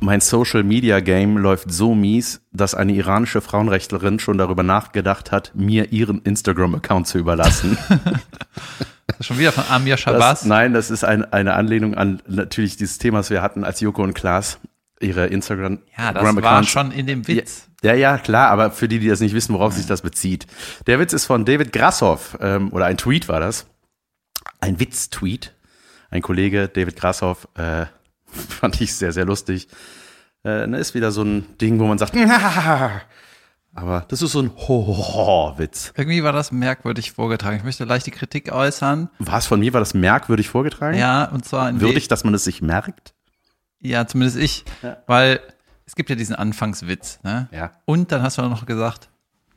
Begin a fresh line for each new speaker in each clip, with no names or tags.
Mein Social Media Game läuft so mies, dass eine iranische Frauenrechtlerin schon darüber nachgedacht hat, mir ihren Instagram-Account zu überlassen.
Schon wieder von Amir Shabazz.
Das, nein, das ist ein, eine Anlehnung an natürlich dieses Thema, was wir hatten, als Joko und Klaas ihre Instagram
ja, das
Instagram
war
Accounts-
schon in dem Witz.
Ja, ja, klar, aber für die, die das nicht wissen, worauf sich das bezieht. Der Witz ist von David Grassoff, ähm, oder ein Tweet war das. Ein Witz-Tweet. Ein Kollege, David Grassoff, äh, fand ich sehr, sehr lustig. Äh, ne, ist wieder so ein Ding, wo man sagt, aber das ist so ein Horrorwitz.
Irgendwie war das merkwürdig vorgetragen. Ich möchte leicht die Kritik äußern.
Was von mir war das merkwürdig vorgetragen?
Ja, und zwar in
Hm? Würdig, dass man es sich merkt?
Ja, zumindest ich. Weil es gibt ja diesen Anfangswitz. Ne?
Ja.
Und dann hast du auch noch gesagt,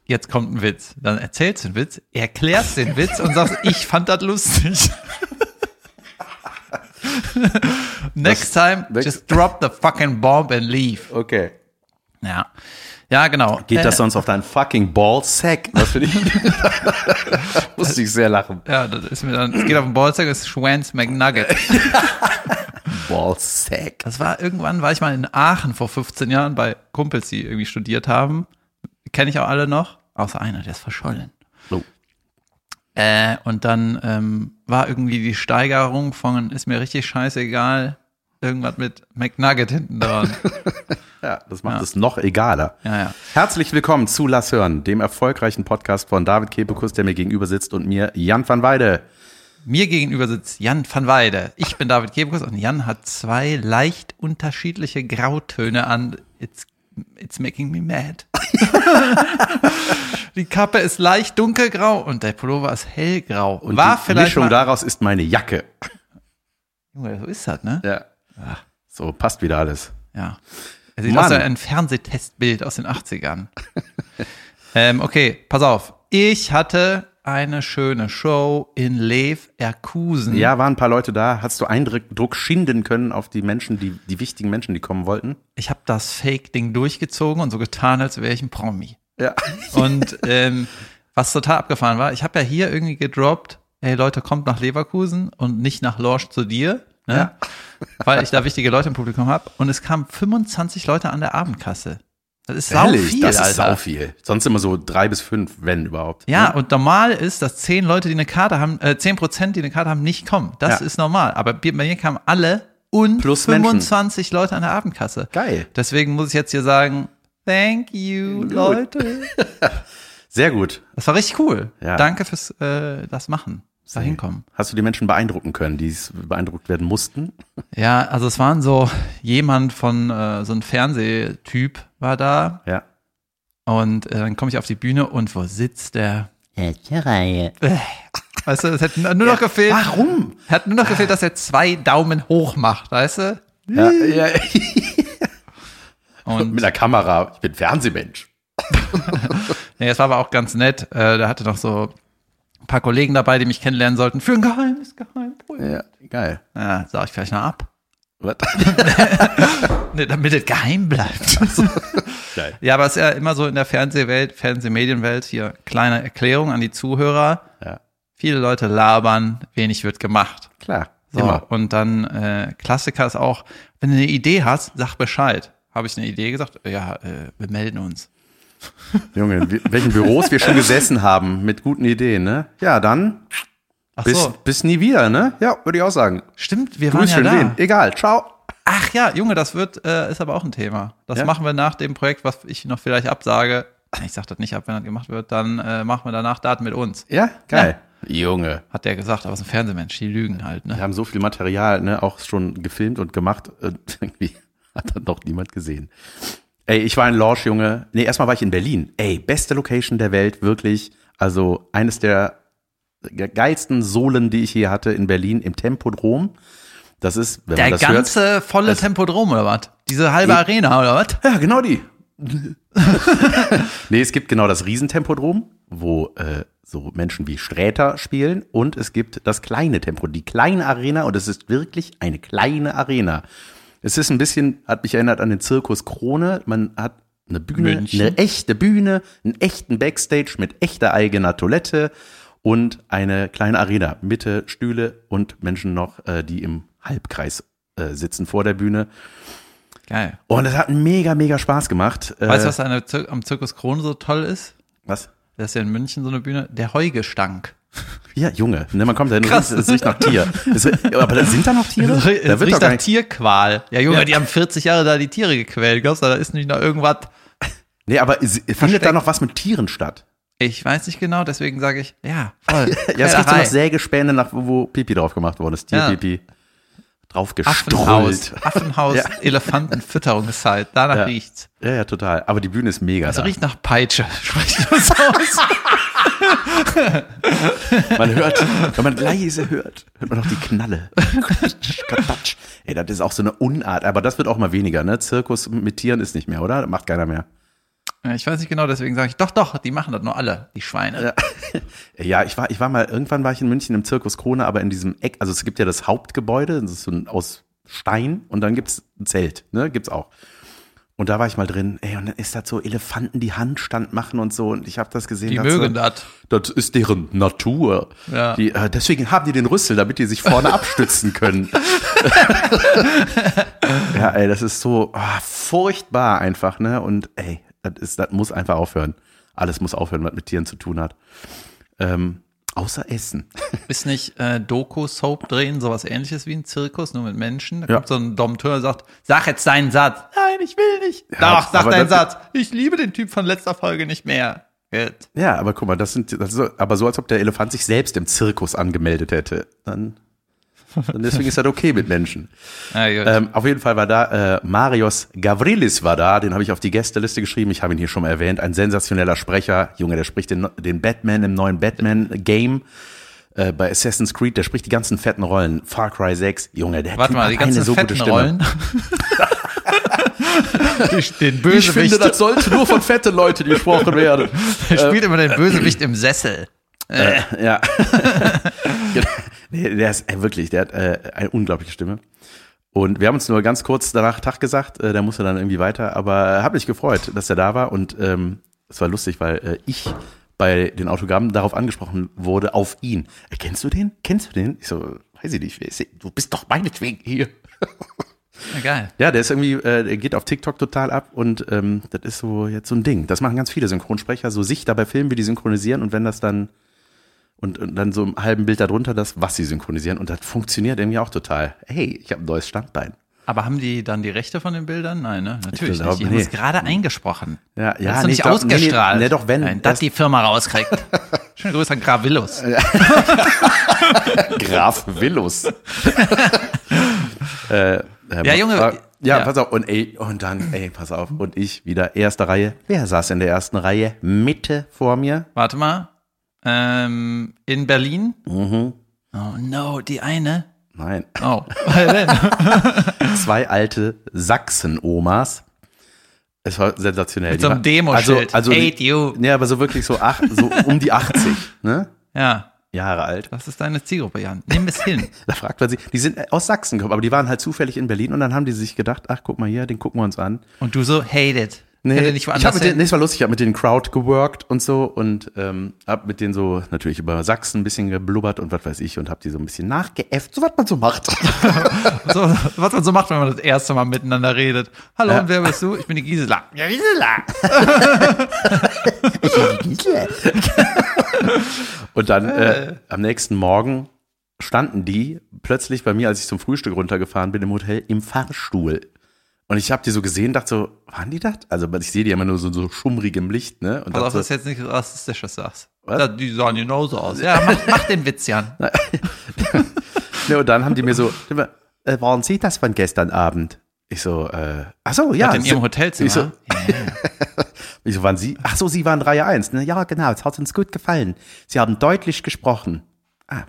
jetzt kommt ein Witz. Dann erzählst du den Witz, erklärst den Witz und sagst, ich fand das lustig. next time,
next-
just drop the fucking bomb and leave.
Okay.
Ja, ja genau.
Geht das
Äh,
sonst auf deinen fucking Ballsack? Das finde ich. Musste ich sehr lachen.
Ja, das ist mir dann, es geht auf den Ballsack, das ist Schwanz McNugget.
Ballsack.
Das war irgendwann, war ich mal in Aachen vor 15 Jahren bei Kumpels, die irgendwie studiert haben. Kenne ich auch alle noch, außer einer, der ist verschollen.
Oh.
Äh, und dann ähm, war irgendwie die Steigerung von ist mir richtig scheißegal, irgendwas mit McNugget hinten dran.
Ja, das macht es noch egaler.
ja, ja.
Herzlich willkommen zu Lass Hören, dem erfolgreichen Podcast von David Kebekus, der mir gegenüber sitzt und mir Jan van Weide.
Mir gegenüber sitzt Jan van Weide. Ich bin David Kebekus und Jan hat zwei leicht unterschiedliche Grautöne an. It's, it's making me mad. Die Kappe ist leicht dunkelgrau und der Pullover ist hellgrau.
Und
War
die
vielleicht
Mischung
mal,
daraus ist meine Jacke.
Junge, so ist das, ne?
Ja. So, passt wieder alles.
Ja. Er sieht
Mann.
aus wie ein Fernsehtestbild aus den 80ern. ähm, okay, pass auf. Ich hatte eine schöne Show in Lev Erkusen.
Ja, waren ein paar Leute da. Hast du Eindruck schinden können auf die Menschen, die, die wichtigen Menschen, die kommen wollten?
Ich habe das Fake-Ding durchgezogen und so getan, als wäre ich ein Promi.
Ja.
Und ähm, was total abgefahren war, ich habe ja hier irgendwie gedroppt, hey Leute, kommt nach Leverkusen und nicht nach Lorsch zu dir, ne? weil ich da wichtige Leute im Publikum habe. Und es kamen 25 Leute an der Abendkasse. Das ist sau viel,
das ist
Alter.
sau viel. Sonst immer so drei bis fünf, wenn überhaupt. Hm?
Ja, und normal ist, dass zehn Leute, die eine Karte haben, äh, 10 Prozent, die eine Karte haben, nicht kommen. Das
Ja.
ist normal. Aber bei mir kamen alle und
Plus Menschen.
25 Leute an der Abendkasse.
Geil.
Deswegen muss ich jetzt hier sagen, thank you, Leute.
Sehr gut.
Das war richtig cool.
Ja.
Danke fürs äh, das Machen, da hinkommen.
Hast du die Menschen beeindrucken können, die es beeindruckt werden mussten?
Ja, also es waren so jemand von äh, so ein Fernsehtyp war da
Ja.
und äh, dann komme ich auf die Bühne und wo sitzt der? Äh,
Letzte Reihe.
Weißt du, es hätte nur noch gefehlt.
Warum?
Hat nur noch gefehlt, dass er zwei Daumen hoch macht, weißt du?
Ja, ja,
Und
mit einer Kamera. Ich bin Fernsehmensch.
nee, es war aber auch ganz nett. Äh, da hatte noch so ein paar Kollegen dabei, die mich kennenlernen sollten für ein geheimes Geheimprojekt.
Ja, geil.
Ja, sag ich vielleicht noch ab.
Was?
Nee, Ne, damit es geheim bleibt. Also,
Geil.
ja, aber es ist ja immer so in der Fernsehwelt, Fernsehmedienwelt, hier kleine Erklärung an die Zuhörer.
Ja,
Viele Leute labern, wenig wird gemacht.
klar.
So,
Immer.
und dann äh, Klassiker ist auch, wenn du eine Idee hast, sag Bescheid. Habe ich eine Idee gesagt? Ja, äh, wir melden uns.
Junge, in welchen Büros wir schon gesessen haben mit guten Ideen, ne? Ja, dann
Ach
bis,
so,
bis nie wieder, ne? Ja, würde ich auch sagen.
stimmt, wir waren
Grüß
ja
schön
da.
wen. Egal, ciao.
Ach ja, Junge, das wird, äh, ist aber auch ein Thema. Das
Ja.
machen wir nach dem Projekt, was ich noch vielleicht absage. Ich sag das nicht ab, wenn das gemacht wird, dann äh, machen wir danach Daten mit uns.
Ja, geil. Junge.
Hat der gesagt, aber es ist ein Fernsehmensch, die lügen halt, ne?
Wir haben so viel Material, ne, auch schon gefilmt und gemacht. Und irgendwie hat das noch niemand gesehen. Ey, ich war in Lorsch, Junge. Nee, erstmal war ich in Berlin. Ey, beste Location der Welt, wirklich. Also eines der ge- geilsten Sohlen, die ich je hatte in Berlin im Tempodrom. Das ist, wenn
Der
man das
ganze volle Tempodrom oder was? Diese halbe Arena oder was?
hört. Ja, genau die. nee, es gibt genau das Riesentempodrom, wo äh, so Menschen wie Sträter spielen. Und es gibt das kleine Tempo, die kleine Arena. Und es ist wirklich eine kleine Arena. Es ist ein bisschen, hat mich erinnert an den Zirkus Krone. Man hat eine Bühne,
München.
eine echte Bühne, einen echten Backstage mit echter eigener Toilette und eine kleine Arena. Mitte Stühle und Menschen noch, äh, die im Halbkreis äh, sitzen vor der Bühne.
Geil.
Und es hat mega, mega Spaß gemacht.
Weißt du,
Äh,
was an der Zir am Zirkus Kron so toll ist?
was?
Das ist ja in München so eine Bühne. Der Heugestank.
Ja, Junge. Ne, man kommt da hin und
Krass.
riecht- es riecht nach Tier. Es, aber da sind da noch Tiere?
Das ri-
Da wird
das
doch
riecht
gar
nach
nicht,
Tierqual. Ja, Junge,
Ja.
die haben 40 Jahre da die Tiere gequält. Glaubst du, da ist nicht noch irgendwas?
nee, aber es- findet da noch was mit Tieren statt?
Ich weiß nicht genau, deswegen sage ich, ja,
Ja, es
voll.
riecht so
Quälerei.
nach Sägespäne, nach, wo, wo Pipi drauf gemacht worden ist.
Ja.
Tierpipi.
Affenhaus,
Draufgestrollt.
Affenhaus,
Ja.
Elefantenfütterungszeit. Danach
Ja.
riecht's.
Ja, ja, total. Aber die Bühne ist mega.
Also
Da.
riecht nach Peitsche. Spricht das aus?
Man hört, wenn man leise hört, hört man noch die Knalle. Katsch, katsch. Ey, das ist auch so eine Unart. Aber das wird auch mal weniger, ne? Zirkus mit Tieren ist nicht mehr, oder? Das Macht keiner mehr.
Ja, Ich weiß nicht genau, deswegen sage ich, doch, doch, die machen das nur alle, die Schweine.
Ja, ich war, ich war mal, irgendwann war ich in München im Zirkus Krone, aber in diesem Eck, also es gibt ja das Hauptgebäude, das ist so ein, aus Stein und dann gibt's ein Zelt, ne, gibt's auch. Und da war ich mal drin, ey, und dann ist das so Elefanten, die Handstand machen und so, und ich habe das gesehen.
Die
dachte so,
mögen das.
Das ist deren Natur.
Ja.
Die, äh, deswegen haben die den Rüssel, damit die sich vorne abstützen können. ja, ey, das ist so ah, furchtbar einfach, ne? Und ey, das, ist, das muss einfach aufhören. Alles muss aufhören, was mit Tieren zu tun hat. Ähm, außer Essen.
Ist nicht äh, Doku-Soap drehen, sowas ähnliches wie ein Zirkus, nur mit Menschen? Da
Ja.
kommt so ein Dompteur und sagt, sag jetzt deinen Satz. Nein, ich will nicht.
Ja,
Doch, sag
aber
deinen
das-
Satz. Ich liebe den Typ von letzter Folge nicht mehr. Gut.
Ja, aber guck mal, das sind, das ist, so- aber so, als ob der Elefant sich selbst im Zirkus angemeldet hätte. Dann, dann deswegen ist das okay mit Menschen.
Ah, gut.
Ähm, auf jeden Fall war da äh, Marios Gavrilis war da, den habe ich auf die Gästeliste geschrieben. Ich habe ihn hier schon mal erwähnt. Ein sensationeller Sprecher, Junge, der spricht den, den Batman im neuen Batman Game. Äh, bei Assassin's Creed, der spricht die ganzen fetten Rollen. Far Cry 6, Junge, der
Warte
Typ
mal,
hat
die ganzen
eine so gute
fetten
Stimme.
Rollen. Die- den
Ich finde,
Bösewicht.
das äh, sollte nur von fetten Leuten gesprochen werden.
Der spielt immer den Bösewicht im Sessel.
Äh, ja. Genau. nee, der ist äh, wirklich, der hat äh, eine unglaubliche Stimme. Und wir haben uns nur ganz kurz danach Tag gesagt, äh, der musste dann irgendwie weiter, aber habe mich gefreut, dass er da war und ähm, es war lustig, weil äh, ich bei den Autogrammen darauf angesprochen wurde, auf ihn. Äh, kennst du den? Kennst du den? Ich so, weiß ich nicht, wer ist der? du bist doch meinetwegen hier.
Na, Geil.
Ja, der ist irgendwie, äh, der geht auf TikTok total ab und ähm, das ist so jetzt so ein Ding. Das machen ganz viele Synchronsprecher, so sich dabei filmen, wie die synchronisieren und wenn das dann und, und dann so im halben Bild darunter das, was sie synchronisieren und das funktioniert irgendwie auch total. Hey, ich habe ein neues Standbein.
Aber haben die dann die Rechte von den Bildern? Nein, ne? Natürlich
glaub,
nicht. Die haben
nee.
es gerade eingesprochen.
Ja, ja,
Hast
nee,
du nicht
ich glaub-
ausgestrahlt?
nee, nee, nee, doch, wenn.
Nein, dass
Das-
die Firma rauskriegt. Schöne Grüße an Gravillus.
Graf Willus. äh, ähm,
Ja, Junge,
war- ja,
ja.
pass auf. Und ey, und dann, ey, pass auf. Und ich wieder erste Reihe. Wer saß in der ersten Reihe? Mitte vor mir.
Warte mal. Ähm, in Berlin? Oh no, die eine?
Mhm. Nein.
Oh, weil denn?
zwei alte Sachsen-Omas. Es war sensationell.
Mit so einem
Die war- also,
Demoschild.
also
Hate
die,
you.
Nee, aber so wirklich so, ach, so um die 80 ne?
Ja,
Jahre alt.
das ist deine Zielgruppe, Jan. Nimm es hin.
Da fragt man sie, die sind aus Sachsen gekommen, aber die waren halt zufällig in Berlin und dann haben die sich gedacht, ach, guck mal hier, den gucken wir uns an.
Und du so, hate it.
Nee,
Hätte nicht
ich
woanders
hab mit denen,
hin.
nee, es war lustig, ich habe mit denen Crowd geworkt und so und ähm, hab mit denen so natürlich über Sachsen ein bisschen geblubbert und was weiß ich und hab die so ein bisschen nachgeäfft, so was man so macht.
So, was man so macht, wenn man das erste Mal miteinander redet. Hallo, und wer bist du? Ich bin die Gisela. Ja, Gisela.
Und dann äh, am nächsten Morgen standen die plötzlich bei mir, als ich zum Frühstück runtergefahren bin im Hotel, im Fahrstuhl. Und ich habe die so gesehen, dachte so, waren die das? Also ich sehe die immer nur so, so schummrig im Licht, ne? Und
Pass auf,
dachte
dass
so,
du jetzt nichts Rassistisches sagst.
Was?
Ja, die sahen genauso aus. Ja, mach, mach den Witz, Jan.
ne, und dann haben die mir so, äh, waren Sie das von gestern Abend? Ich so, äh, ach so, ja.
Ja, in
so-
ihrem Hotelzimmer.
Ich so, ich so, waren Sie? Ach so, Sie waren Reihe 1. Ne? Ja, genau, es hat uns gut gefallen. Sie haben deutlich gesprochen. Ah,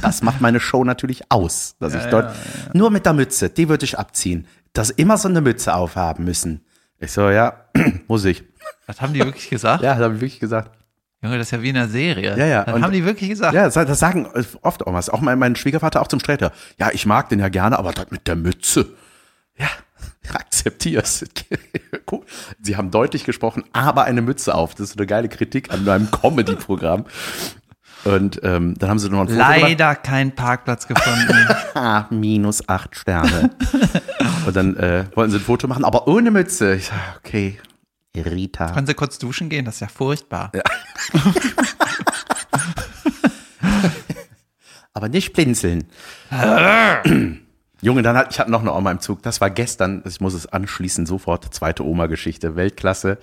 das macht meine Show natürlich aus, dass ich dort nur mit der Mütze, die würde ich abziehen, dass immer so eine Mütze aufhaben müssen. Ich so, ja, muss ich.
Das haben die wirklich gesagt?
Ja, das habe ich wirklich gesagt.
Junge, das ist ja wie in einer Serie.
Ja, ja,
Das
und-
haben die wirklich gesagt.
Ja, das, das sagen äh, oft auch was. Auch mein, mein Schwiegervater auch zum Streiter. Ja, ich mag den ja gerne, aber das mit der Mütze. Ja, akzeptier's. cool. Sie haben deutlich gesprochen, aber eine Mütze auf. Das ist so eine geile Kritik an meinem Comedy-Programm. Und ähm, dann haben sie nur noch ein Foto gemacht.
Leider keinen Parkplatz gefunden.
Ah, minus acht Sterne. und dann äh, wollten sie ein Foto machen, aber ohne Mütze. Ich sag, okay, Rita.
Können Sie kurz duschen gehen? Das ist ja furchtbar.
Aber nicht blinzeln. Junge, dann hat, ich hatte noch eine Oma im Zug. Das war gestern, ich muss es anschließen, sofort. Zweite Oma-Geschichte, Weltklasse.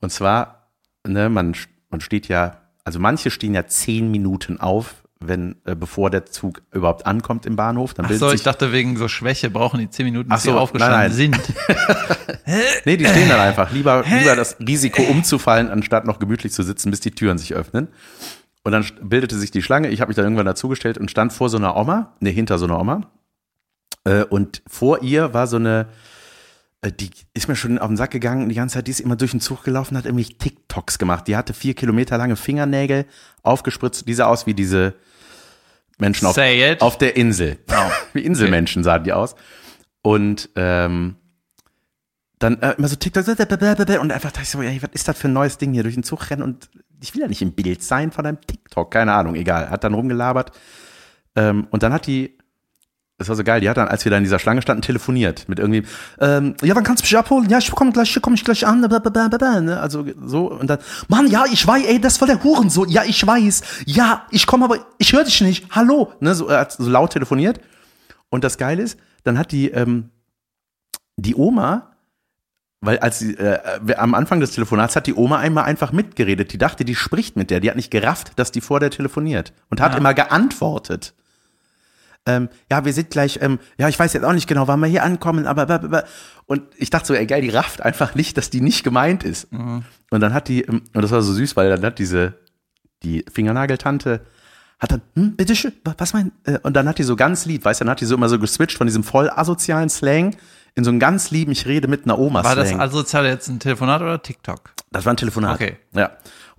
Und zwar, ne, man, man steht ja, also manche stehen ja zehn Minuten auf, wenn, äh, bevor der Zug überhaupt ankommt im Bahnhof. Dann bildet
So,
sich
ich dachte, wegen so Schwäche brauchen die zehn Minuten,
Ach
bis
so,
sie aufgestanden
nein, nein.
sind.
Nee, die stehen dann einfach. Lieber, lieber das Risiko umzufallen, anstatt noch gemütlich zu sitzen, bis die Türen sich öffnen. Und dann st- bildete sich die Schlange. Ich habe mich dann irgendwann dazugestellt und stand vor so einer Oma, nee, hinter so einer Oma. Äh, Und vor ihr war so eine, äh, die ist mir schon auf den Sack gegangen die ganze Zeit, die ist immer durch den Zug gelaufen, hat nämlich TikToks gemacht. Die hatte vier Kilometer lange Fingernägel aufgespritzt. Die sah aus wie diese Menschen auf,
Say it.
auf der Insel. Wie Inselmenschen sahen die aus. Und ähm, dann äh, immer so TikTok blablabla, und einfach dachte ich so, ey, was ist das für ein neues Ding hier durch den Zug rennen und ich will ja nicht im Bild sein von deinem TikTok, keine Ahnung, egal. Hat dann rumgelabert ähm, und dann hat die, das war so geil, die hat dann, als wir da in dieser Schlange standen, telefoniert mit irgendwie, ähm, ja, wann kannst du mich abholen? Ja, ich komme gleich, komme ich gleich an, blablabla, ne? also so und dann, Mann, ja, ich weiß, ey, das war der Hurensohn, ja, ich weiß, ja, ich komme, aber ich höre dich nicht, hallo, ne, so, er hat so laut telefoniert und das Geile ist, dann hat die, ähm, die Oma, weil als sie, äh, wir- am Anfang des Telefonats hat die Oma einmal einfach mitgeredet. Die dachte, die spricht mit der. Die hat nicht gerafft, dass die vor der telefoniert und hat immer geantwortet. Ähm, ja, wir sind gleich, ähm, ja, ich weiß jetzt auch nicht genau, wann wir hier ankommen, aber, aber, aber. und ich dachte so, ey, geil, die rafft einfach nicht, dass die nicht gemeint ist.
Mhm.
Und dann hat die, ähm, und das war so süß, weil dann hat diese, die Fingernageltante hat dann, hm, bitteschön, wa- was mein, äh, und dann hat die so ganz lieb, weißt du, dann hat die so immer so geswitcht von diesem voll asozialen Slang in so einen ganz lieben, ich rede mit einer Oma
War das
Slang.
asozial jetzt ein Telefonat oder TikTok?
Das war ein Telefonat.
Okay.
Ja.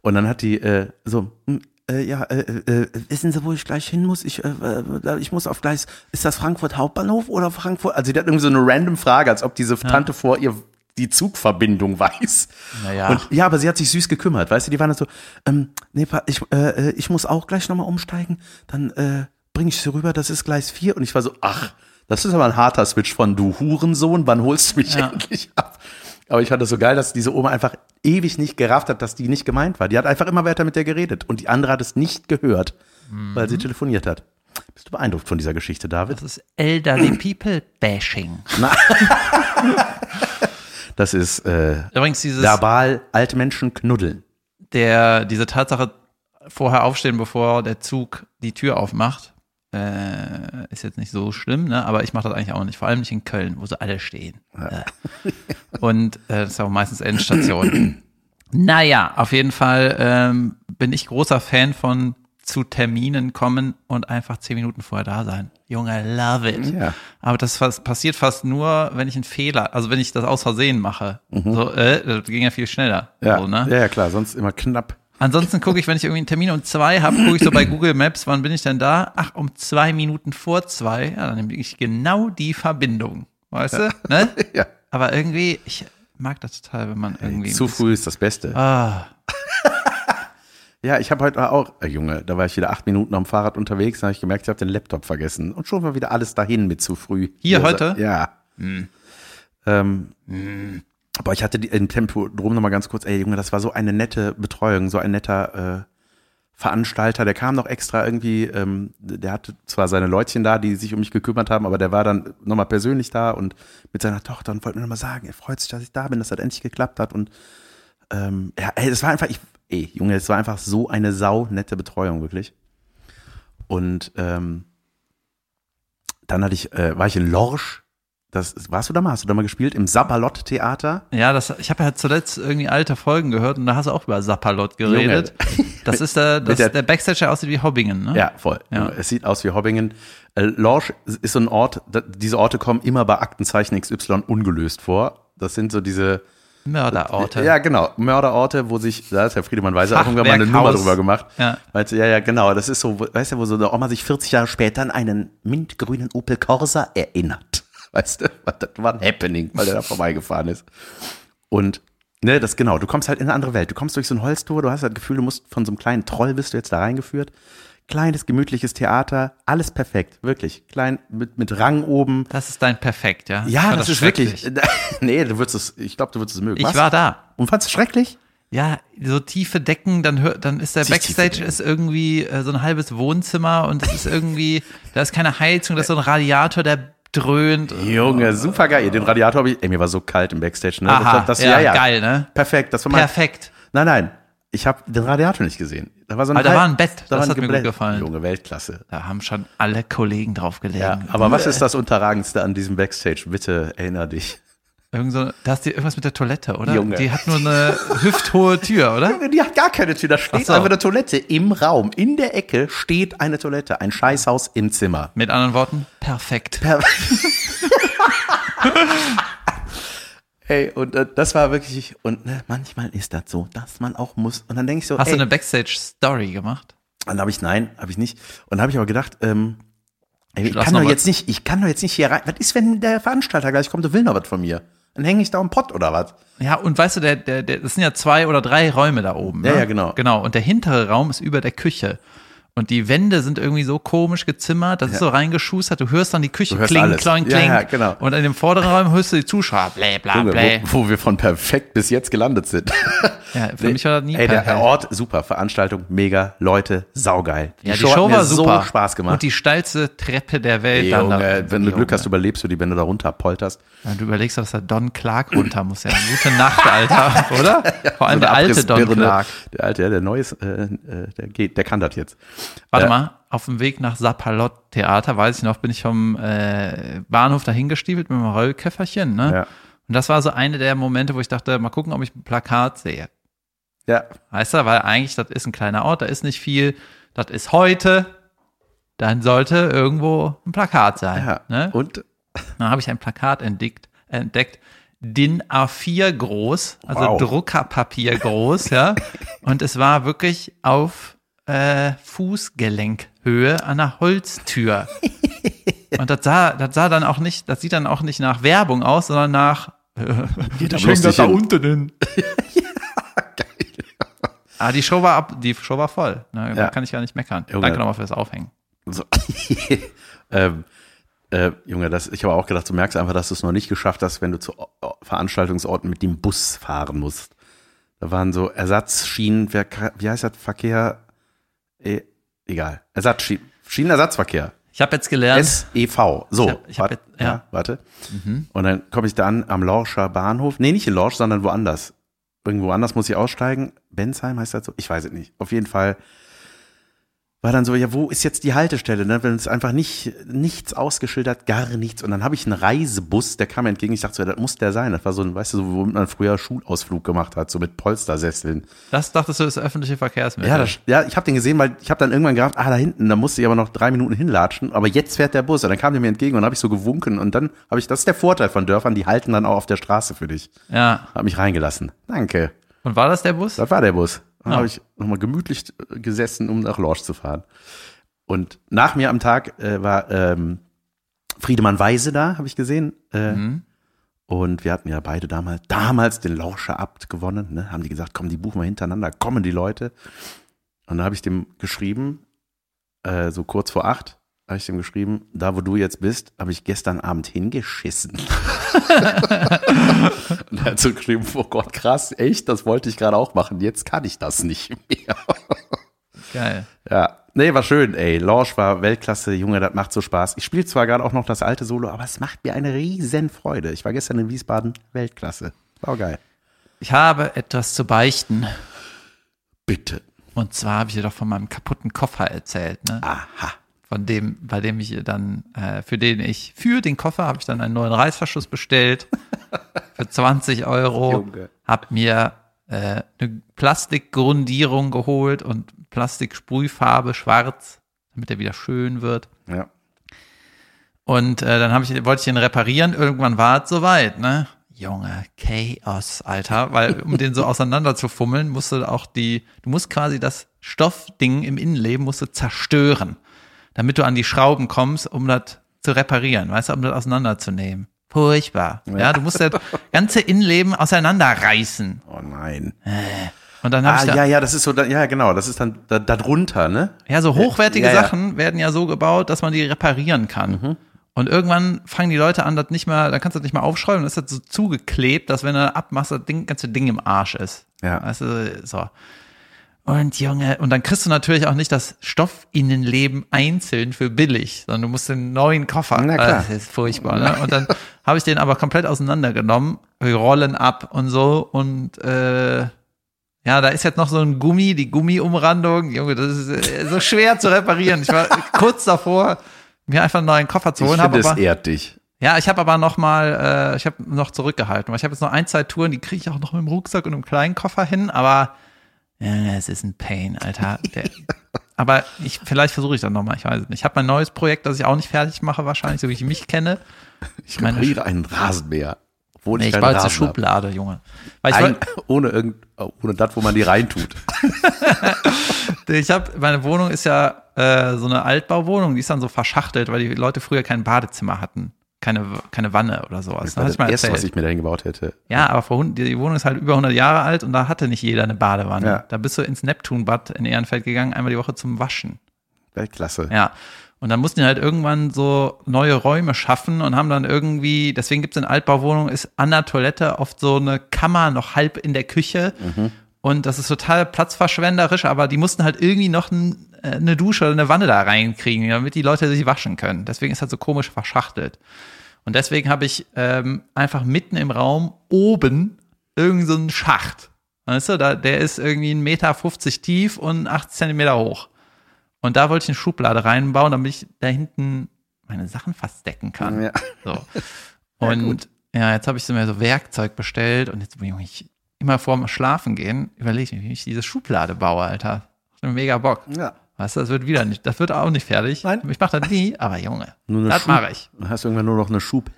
Und dann hat die äh, so, hm, äh, ja, äh, äh, wissen Sie, wo ich gleich hin muss? Ich, äh, äh, ich muss auf Gleis. Ist das Frankfurt Hauptbahnhof oder Frankfurt? Also die hat irgendwie so eine random Frage, als ob diese Tante vor ihr die Zugverbindung weiß.
Naja.
Und, ja, aber sie hat sich süß gekümmert, weißt du? Die waren dann so, ähm, nee, pa- ich, äh, äh, ich muss auch gleich nochmal umsteigen, dann äh, bringe ich sie rüber, das ist Gleis 4. Und ich war so, ach, das ist aber ein harter Switch von du Hurensohn, wann holst du mich endlich ab? Aber ich fand das so geil, dass diese Oma einfach ewig nicht gerafft hat, dass die nicht gemeint war. Die hat einfach immer weiter mit der geredet und die andere hat es nicht gehört, weil sie telefoniert hat. Bist du beeindruckt von dieser Geschichte, David?
Mhm. Das ist Elderly People Bashing.
Das ist äh,
Übrigens, dieses,
verbal alte Menschen knuddeln.
der, diese Tatsache, vorher aufstehen, bevor der Zug die Tür aufmacht, äh, ist jetzt nicht so schlimm, ne? aber ich mache das eigentlich auch nicht. Vor allem nicht in Köln, wo sie alle stehen. Äh. Und äh, das ist ja auch meistens Endstation. naja, auf jeden Fall ähm, bin ich großer Fan von zu Terminen kommen und einfach zehn Minuten vorher da sein. Junge, love it.
Ja.
Aber das fast, passiert fast nur, wenn ich einen Fehler, also wenn ich das aus Versehen mache. So, äh, das ging ja viel schneller.
Mhm. Ja,
so, ne?
ja, ja, klar, sonst immer knapp.
Ansonsten gucke ich, wenn ich irgendwie einen Termin um zwei habe, gucke ich so bei Google Maps, wann bin ich denn da? Ach, um zwei Minuten vor zwei. Ja, dann nehme ich genau die Verbindung. Weißt du? Ne?
Ja.
Aber irgendwie, ich mag das total, wenn man irgendwie.
Zu früh ist das Beste.
Ah,
Ja, ich habe heute auch, äh, Junge, da war ich wieder acht Minuten am Fahrrad unterwegs, da habe ich gemerkt, ich habe den Laptop vergessen. Und schon war wieder alles dahin mit zu früh.
Hier,
Ja,
heute? Hm.
Ja. Ähm, Aber ich hatte die, im Tempo drum nochmal ganz kurz, ey Junge, das war so eine nette Betreuung, so ein netter äh, Veranstalter, der kam noch extra irgendwie, ähm, der hatte zwar seine Leutchen da, die sich um mich gekümmert haben, aber der war dann nochmal persönlich da und mit seiner Tochter und wollte mir nochmal sagen, er freut sich, dass ich da bin, dass das endlich geklappt hat und ähm, ja, ey, das war einfach, ich, ey, Junge, es war einfach so eine saunette Betreuung, wirklich. Und ähm, dann hatte ich, äh, war ich in Lorsch, das, warst du da mal, hast du da mal gespielt, im Sapperlott-Theater?
ja, das, ich habe ja zuletzt irgendwie alte Folgen gehört und da hast du auch über Sapperlot geredet. Das ist der, das,
Mit der-
der, Backstage, der aussieht wie Hobbingen, ne?
Ja, voll.
Ja.
Es sieht aus wie Hobbingen. Äh, Lorsch ist so ein Ort, da, diese Orte kommen immer bei Aktenzeichen XY ungelöst vor. Das sind so diese
Mörderorte.
Ja, genau. Mörderorte, wo sich, da ist Herr Friedemann Weiser auch irgendwann mal eine Nummer
Fachwerkhaus.
drüber gemacht.
Ja.
Weißt du, ja, ja, genau. Das ist so, wo- weißt du, wo so eine Oma sich 40 Jahre später an einen mintgrünen Opel Corsa erinnert. Weißt du, was- das war ein Happening, weil der da vorbeigefahren ist. Und Ne, das genau. Du kommst halt in eine andere Welt. Du kommst durch so ein Holztor, du hast das Gefühl, du musst von so einem kleinen Troll bist du jetzt da reingeführt. Kleines, gemütliches Theater, alles perfekt, wirklich. Klein, mit, mit Rang oben.
Das ist dein Perfekt, ja? Ich
Ja,
fand
das, ist
schrecklich.
wirklich. nee, du würdest es, ich glaube, du würdest es mögen.
Ich
Was?
war da.
Und fandst du schrecklich?
Ja, so tiefe Decken, dann hört, dann ist der
Sich tiefe
Backstage
Decken.
ist irgendwie äh, so ein halbes Wohnzimmer und es ist irgendwie, da ist keine Heizung, da ist so ein Radiator, der dröhnt.
Junge, super geil. Den Radiator habe ich, ey, mir war so kalt im Backstage, ne?
Aha,
das, das,
ja, geil, ne?
Perfekt, das war mein,
Perfekt.
Nein, nein. Ich habe den Radiator nicht gesehen. Da war so ein,
Aber da
Hal-
war ein Bett.
da war
Das
ein
hat mir gut
Geblätt.
gefallen.
Junge, Weltklasse.
Da haben schon alle Kollegen drauf gelegen.
Ja, aber was ist das Unterragendste an diesem Backstage? Bitte erinner dich.
Irgend so, da ist die irgendwas mit der Toilette, oder?
Junge.
Die hat nur eine hüfthohe Tür, oder?
Die hat gar keine Tür, da steht
Ach so.
einfach eine Toilette im Raum. In der Ecke steht eine Toilette, ein Scheißhaus im Zimmer.
Mit anderen Worten, perfekt.
Per Ey, und äh, das war wirklich, und ne, manchmal ist das so, dass man auch muss. Und dann denke ich so,
Hast
ey,
du eine Backstage-Story gemacht?
Und dann habe ich, nein, habe ich nicht. Und dann habe ich aber gedacht, ähm, ey, ich
Lass
kann
noch
doch
was.
jetzt nicht, ich kann doch jetzt nicht hier rein. Was ist, wenn der Veranstalter gleich kommt und will noch was von mir? Dann hänge ich da im Pott oder was?
Ja, und weißt du, der, der, der, das sind ja zwei oder drei Räume da oben.
Ja,
ne?
ja, genau.
Genau, und der hintere Raum ist über der Küche. Und die Wände sind irgendwie so komisch gezimmert, das ist so reingeschustert, du hörst dann die Küche
Du hörst
klingen,
alles.
klingen,
Ja,
klingen.
ja, genau.
Und in dem vorderen Raum hörst du die Zuschauer, blä, bla,
Junge,
blä.
wo, wo wir von perfekt bis jetzt gelandet sind.
Ja, für mich war das nie
Ey, der
perfekt.
Ort, super, Veranstaltung, mega, Leute, saugeil.
Ja, die Show, war super.
so Spaß
Und
gemacht.
die steilste Treppe der Welt.
Ey,
dann da-
Junge, wenn du
Junge.
Glück hast, überlebst du die, wenn du da runter polterst.
Wenn du überlegst, dass der Don Clark runter muss. Ja, gute Nacht, Alter, oder? Vor allem
So
der
eine
alte Don
Abrissbirne.
Clark.
Der alte, ja, der neue, ist, äh, äh, der, geht, der kann das jetzt.
Warte
Ja.
mal, auf dem Weg nach Sapalot Theater, weiß ich noch, bin ich vom äh, Bahnhof dahin gestiefelt mit meinem Rollköfferchen. Ne?
Ja.
Und das war so eine der Momente, wo ich dachte, mal gucken, ob ich ein Plakat sehe.
Ja,
Weißt du, weil eigentlich, das ist ein kleiner Ort, da ist nicht viel, das ist heute, dann sollte irgendwo ein Plakat sein.
ja.
Ne?
Und
Dann habe ich ein Plakat entdeckt, entdeckt DIN A4 groß, also
Wow.
Druckerpapier groß, ja. Und es war wirklich auf äh, Fußgelenkhöhe an einer Holztür. Und das sah, das sah dann auch nicht, das sieht dann auch nicht nach Werbung aus, sondern nach äh,
da
ich
bloß
häng das
nicht
da
hin.
unten hin. Ah, die Show war ab, die Show war voll. Ne, Da
Ja.
kann ich gar nicht meckern.
Junge.
Danke nochmal fürs Aufhängen.
So. ähm, äh, Junge, das, ich habe auch gedacht, du merkst einfach, dass du es noch nicht geschafft hast, wenn du zu O- O- Veranstaltungsorten mit dem Bus fahren musst. Da waren so Ersatzschienen, wer, ka- wie heißt das, Verkehr? E, egal, Ersatzschienen. Schienenersatzverkehr,
Ich habe jetzt gelernt,
SEV. So,
Ich hab- ich hab
warte,
jetzt- ja.
warte.
mhm.
Und dann komme ich da an am Lorscher Bahnhof. Nee, nicht in Lorsch, sondern woanders. Irgendwo anders muss ich aussteigen. Bensheim heißt das so? Ich weiß es nicht. Auf jeden Fall war dann so, ja, wo ist jetzt die Haltestelle? Ne? Wenn es einfach nicht, nichts ausgeschildert, gar nichts. Und dann habe ich einen Reisebus, der kam mir entgegen. Ich dachte so, ja, das muss der sein. Das war so ein, weißt du, so, womit man früher Schulausflug gemacht hat, so mit Polstersesseln.
das dachtest du, ist öffentliche Verkehrsmittel.
Ja, das, ja ich habe den gesehen, weil ich habe dann irgendwann gedacht, ah, da hinten, da musste ich aber noch drei Minuten hinlatschen, aber jetzt fährt der Bus. Und dann kam der mir entgegen und habe ich so gewunken und dann habe ich, das ist der Vorteil von Dörfern, die halten dann auch auf der Straße für dich.
ja.
Hab mich reingelassen. Danke.
Und war das der Bus?
Das war der Bus. Dann
Ah.
habe ich nochmal gemütlich äh, gesessen, um nach Lorsch zu fahren. Und nach mir am Tag äh, war ähm, Friedemann Weise da, habe ich gesehen. Äh,
Hm,
Und wir hatten ja beide damals, damals den Lorscher Abt gewonnen. Ne? Haben die gesagt, komm, die buchen wir hintereinander, kommen die Leute. Und dann habe ich dem geschrieben, äh, so kurz vor acht, habe ich dem geschrieben, da wo du jetzt bist, habe ich gestern Abend hingeschissen. Und er hat so geschrieben, oh Gott, krass, echt, das wollte ich gerade auch machen, jetzt kann ich das nicht mehr.
Geil.
Ja, nee, war schön, ey. Lorsch war Weltklasse, Junge, das macht so Spaß. Ich spiele zwar gerade auch noch das alte Solo, aber es macht mir eine riesen Freude. Ich war gestern in Wiesbaden, Weltklasse. War geil.
Ich habe etwas zu beichten.
Bitte.
Und zwar habe ich dir doch von meinem kaputten Koffer erzählt, ne?
Aha.
Von dem, bei dem ich ihr dann, äh, für den ich, für den Koffer habe ich dann einen neuen Reißverschluss bestellt. für 20 Euro.
Junge.
Hab mir äh, eine Plastikgrundierung geholt und Plastiksprühfarbe schwarz, damit er wieder schön wird.
Ja.
Und äh, dann hab ich, wollte ich ihn reparieren. Irgendwann war es soweit, ne? Junge, Chaos, Alter. Weil um den so auseinander zu fummeln, musst du auch die, du musst quasi das Stoffding im Innenleben musst du zerstören, damit du an die Schrauben kommst, um das zu reparieren, weißt du, um das auseinanderzunehmen. furchtbar. Ja, du musst das ganze Innenleben auseinanderreißen.
Oh nein.
Und dann habe
Ah,
ich da,
ja,
ja,
ja, das ist so, da, ja, genau, das ist dann da, da drunter, ne?
so hochwertige
Ja, Mhm. ja.
Sachen werden ja so gebaut, dass man die reparieren kann. Und irgendwann fangen die Leute an, das nicht mehr, dann kannst du das nicht mehr aufschreiben, dann ist das so zugeklebt, dass wenn du abmachst, das Ding, ganze Ding im Arsch ist.
Ja.
Weißt du, so. Und Junge, und dann kriegst du natürlich auch nicht das Stoffinnenleben einzeln für billig, sondern du musst den neuen Koffer.
Na klar.
Das ist furchtbar. Ne? Und dann habe ich den aber komplett auseinandergenommen, die Rollen ab und so. Und äh, ja, da ist jetzt noch so ein Gummi, die Gummiumrandung. Junge, das ist äh, so schwer zu reparieren. Ich war kurz davor, mir einfach einen neuen Koffer zu
Ich eh-
holen. hab
finde, es
aber,
ehrt dich.
ja, ich habe aber noch mal, äh, ich habe noch zurückgehalten. Weil ich habe jetzt noch ein, zwei Touren, die kriege ich auch noch mit dem Rucksack und einem kleinen Koffer hin. Aber ja, es ist ein Pain, Alter. Der, aber ich, vielleicht versuche ich dann noch mal. Ich weiß es nicht. Ich habe mein neues Projekt, das ich auch nicht fertig mache, wahrscheinlich, so wie ich mich kenne.
Ich
meine-
repariere einen Rasenmäher. Obwohl
Nee,
ich
ich
keinen
baue jetzt eine
Rasen hab.
Schublade, Junge. Weil ich,
Ein,
woll-
ohne irgend, oh, ohne das, wo man die reintut.
ich habe meine Wohnung ist ja äh, so eine Altbauwohnung, die ist dann so verschachtelt, weil die Leute früher kein Badezimmer hatten, keine keine Wanne oder sowas. ne?
Das war
hatte
das Erste, was ich mir dahin gebaut hätte.
Ja, aber vor, hun- die Wohnung ist halt über 100 Jahre alt und da hatte nicht jeder eine Badewanne.
Ja.
Da bist du ins Neptunbad in Ehrenfeld gegangen, einmal die Woche zum Waschen.
Weltklasse.
Ja. Und dann mussten die halt irgendwann so neue Räume schaffen und haben dann irgendwie, deswegen gibt's in Altbauwohnungen, ist an der Toilette oft so eine Kammer noch halb in der Küche. Und das ist total platzverschwenderisch, aber die mussten halt irgendwie noch n- äh, eine Dusche oder eine Wanne da reinkriegen, damit die Leute sich waschen können. Deswegen ist das so komisch verschachtelt. Und deswegen habe ich ähm, einfach mitten im Raum oben irgendeinen so einen Schacht. Weißt du, da, der ist irgendwie 1,50 Meter tief und 8 Zentimeter hoch. Und da wollte ich eine Schublade reinbauen, damit ich da hinten meine Sachen fast decken kann.
Ja.
So. Und ja, jetzt habe ich so mir so Werkzeug bestellt und jetzt bin ich immer vorm Schlafen gehen, überlege ich mir, wie ich diese Schublade baue, Alter. Hat mir Mega Bock.
ja.
Weißt du, das wird wieder nicht, das wird auch nicht fertig.
Nein.
Ich mache das nie, aber Junge,
Nur eine
das
Schub-
mache ich.
Dann hast du irgendwann nur noch eine Schub.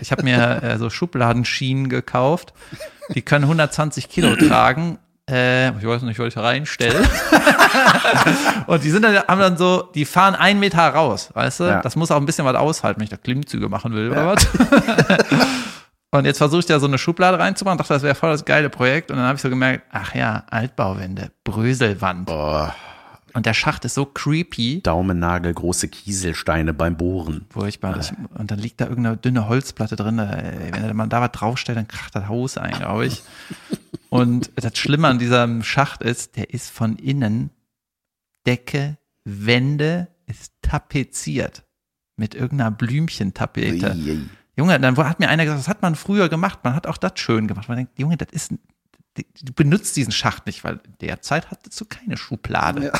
Ich habe mir äh, so Schubladenschienen gekauft. Die können 120 Kilo tragen. Äh, ich weiß nicht, was ich da reinstelle. und die sind dann, haben dann so, die fahren einen Meter raus, weißt du?
Ja.
Das muss auch ein bisschen was aushalten, wenn ich da Klimmzüge machen will oder was. und jetzt versuche ich da so eine Schublade reinzumachen, dachte, das wäre voll das geile Projekt. Und dann habe ich so gemerkt, ach ja, Altbauwände, Bröselwand.
Boah,
Und der Schacht ist so creepy.
Daumennagel, große Kieselsteine beim Bohren.
Furchtbar. Ich, und dann liegt da irgendeine dünne Holzplatte drin. Ey, Wenn man da was draufstellt, dann kracht das Haus ein, glaube ich. Und das Schlimme an diesem Schacht ist, der ist von innen Decke, Wände ist tapeziert. Mit irgendeiner Blümchentapete.
Iiii.
Junge, dann hat mir einer gesagt, das hat man früher gemacht. Man hat auch das schön gemacht. Man denkt, Junge, das ist, ein- du benutzt diesen Schacht nicht, weil derzeit hattest du keine Schublade.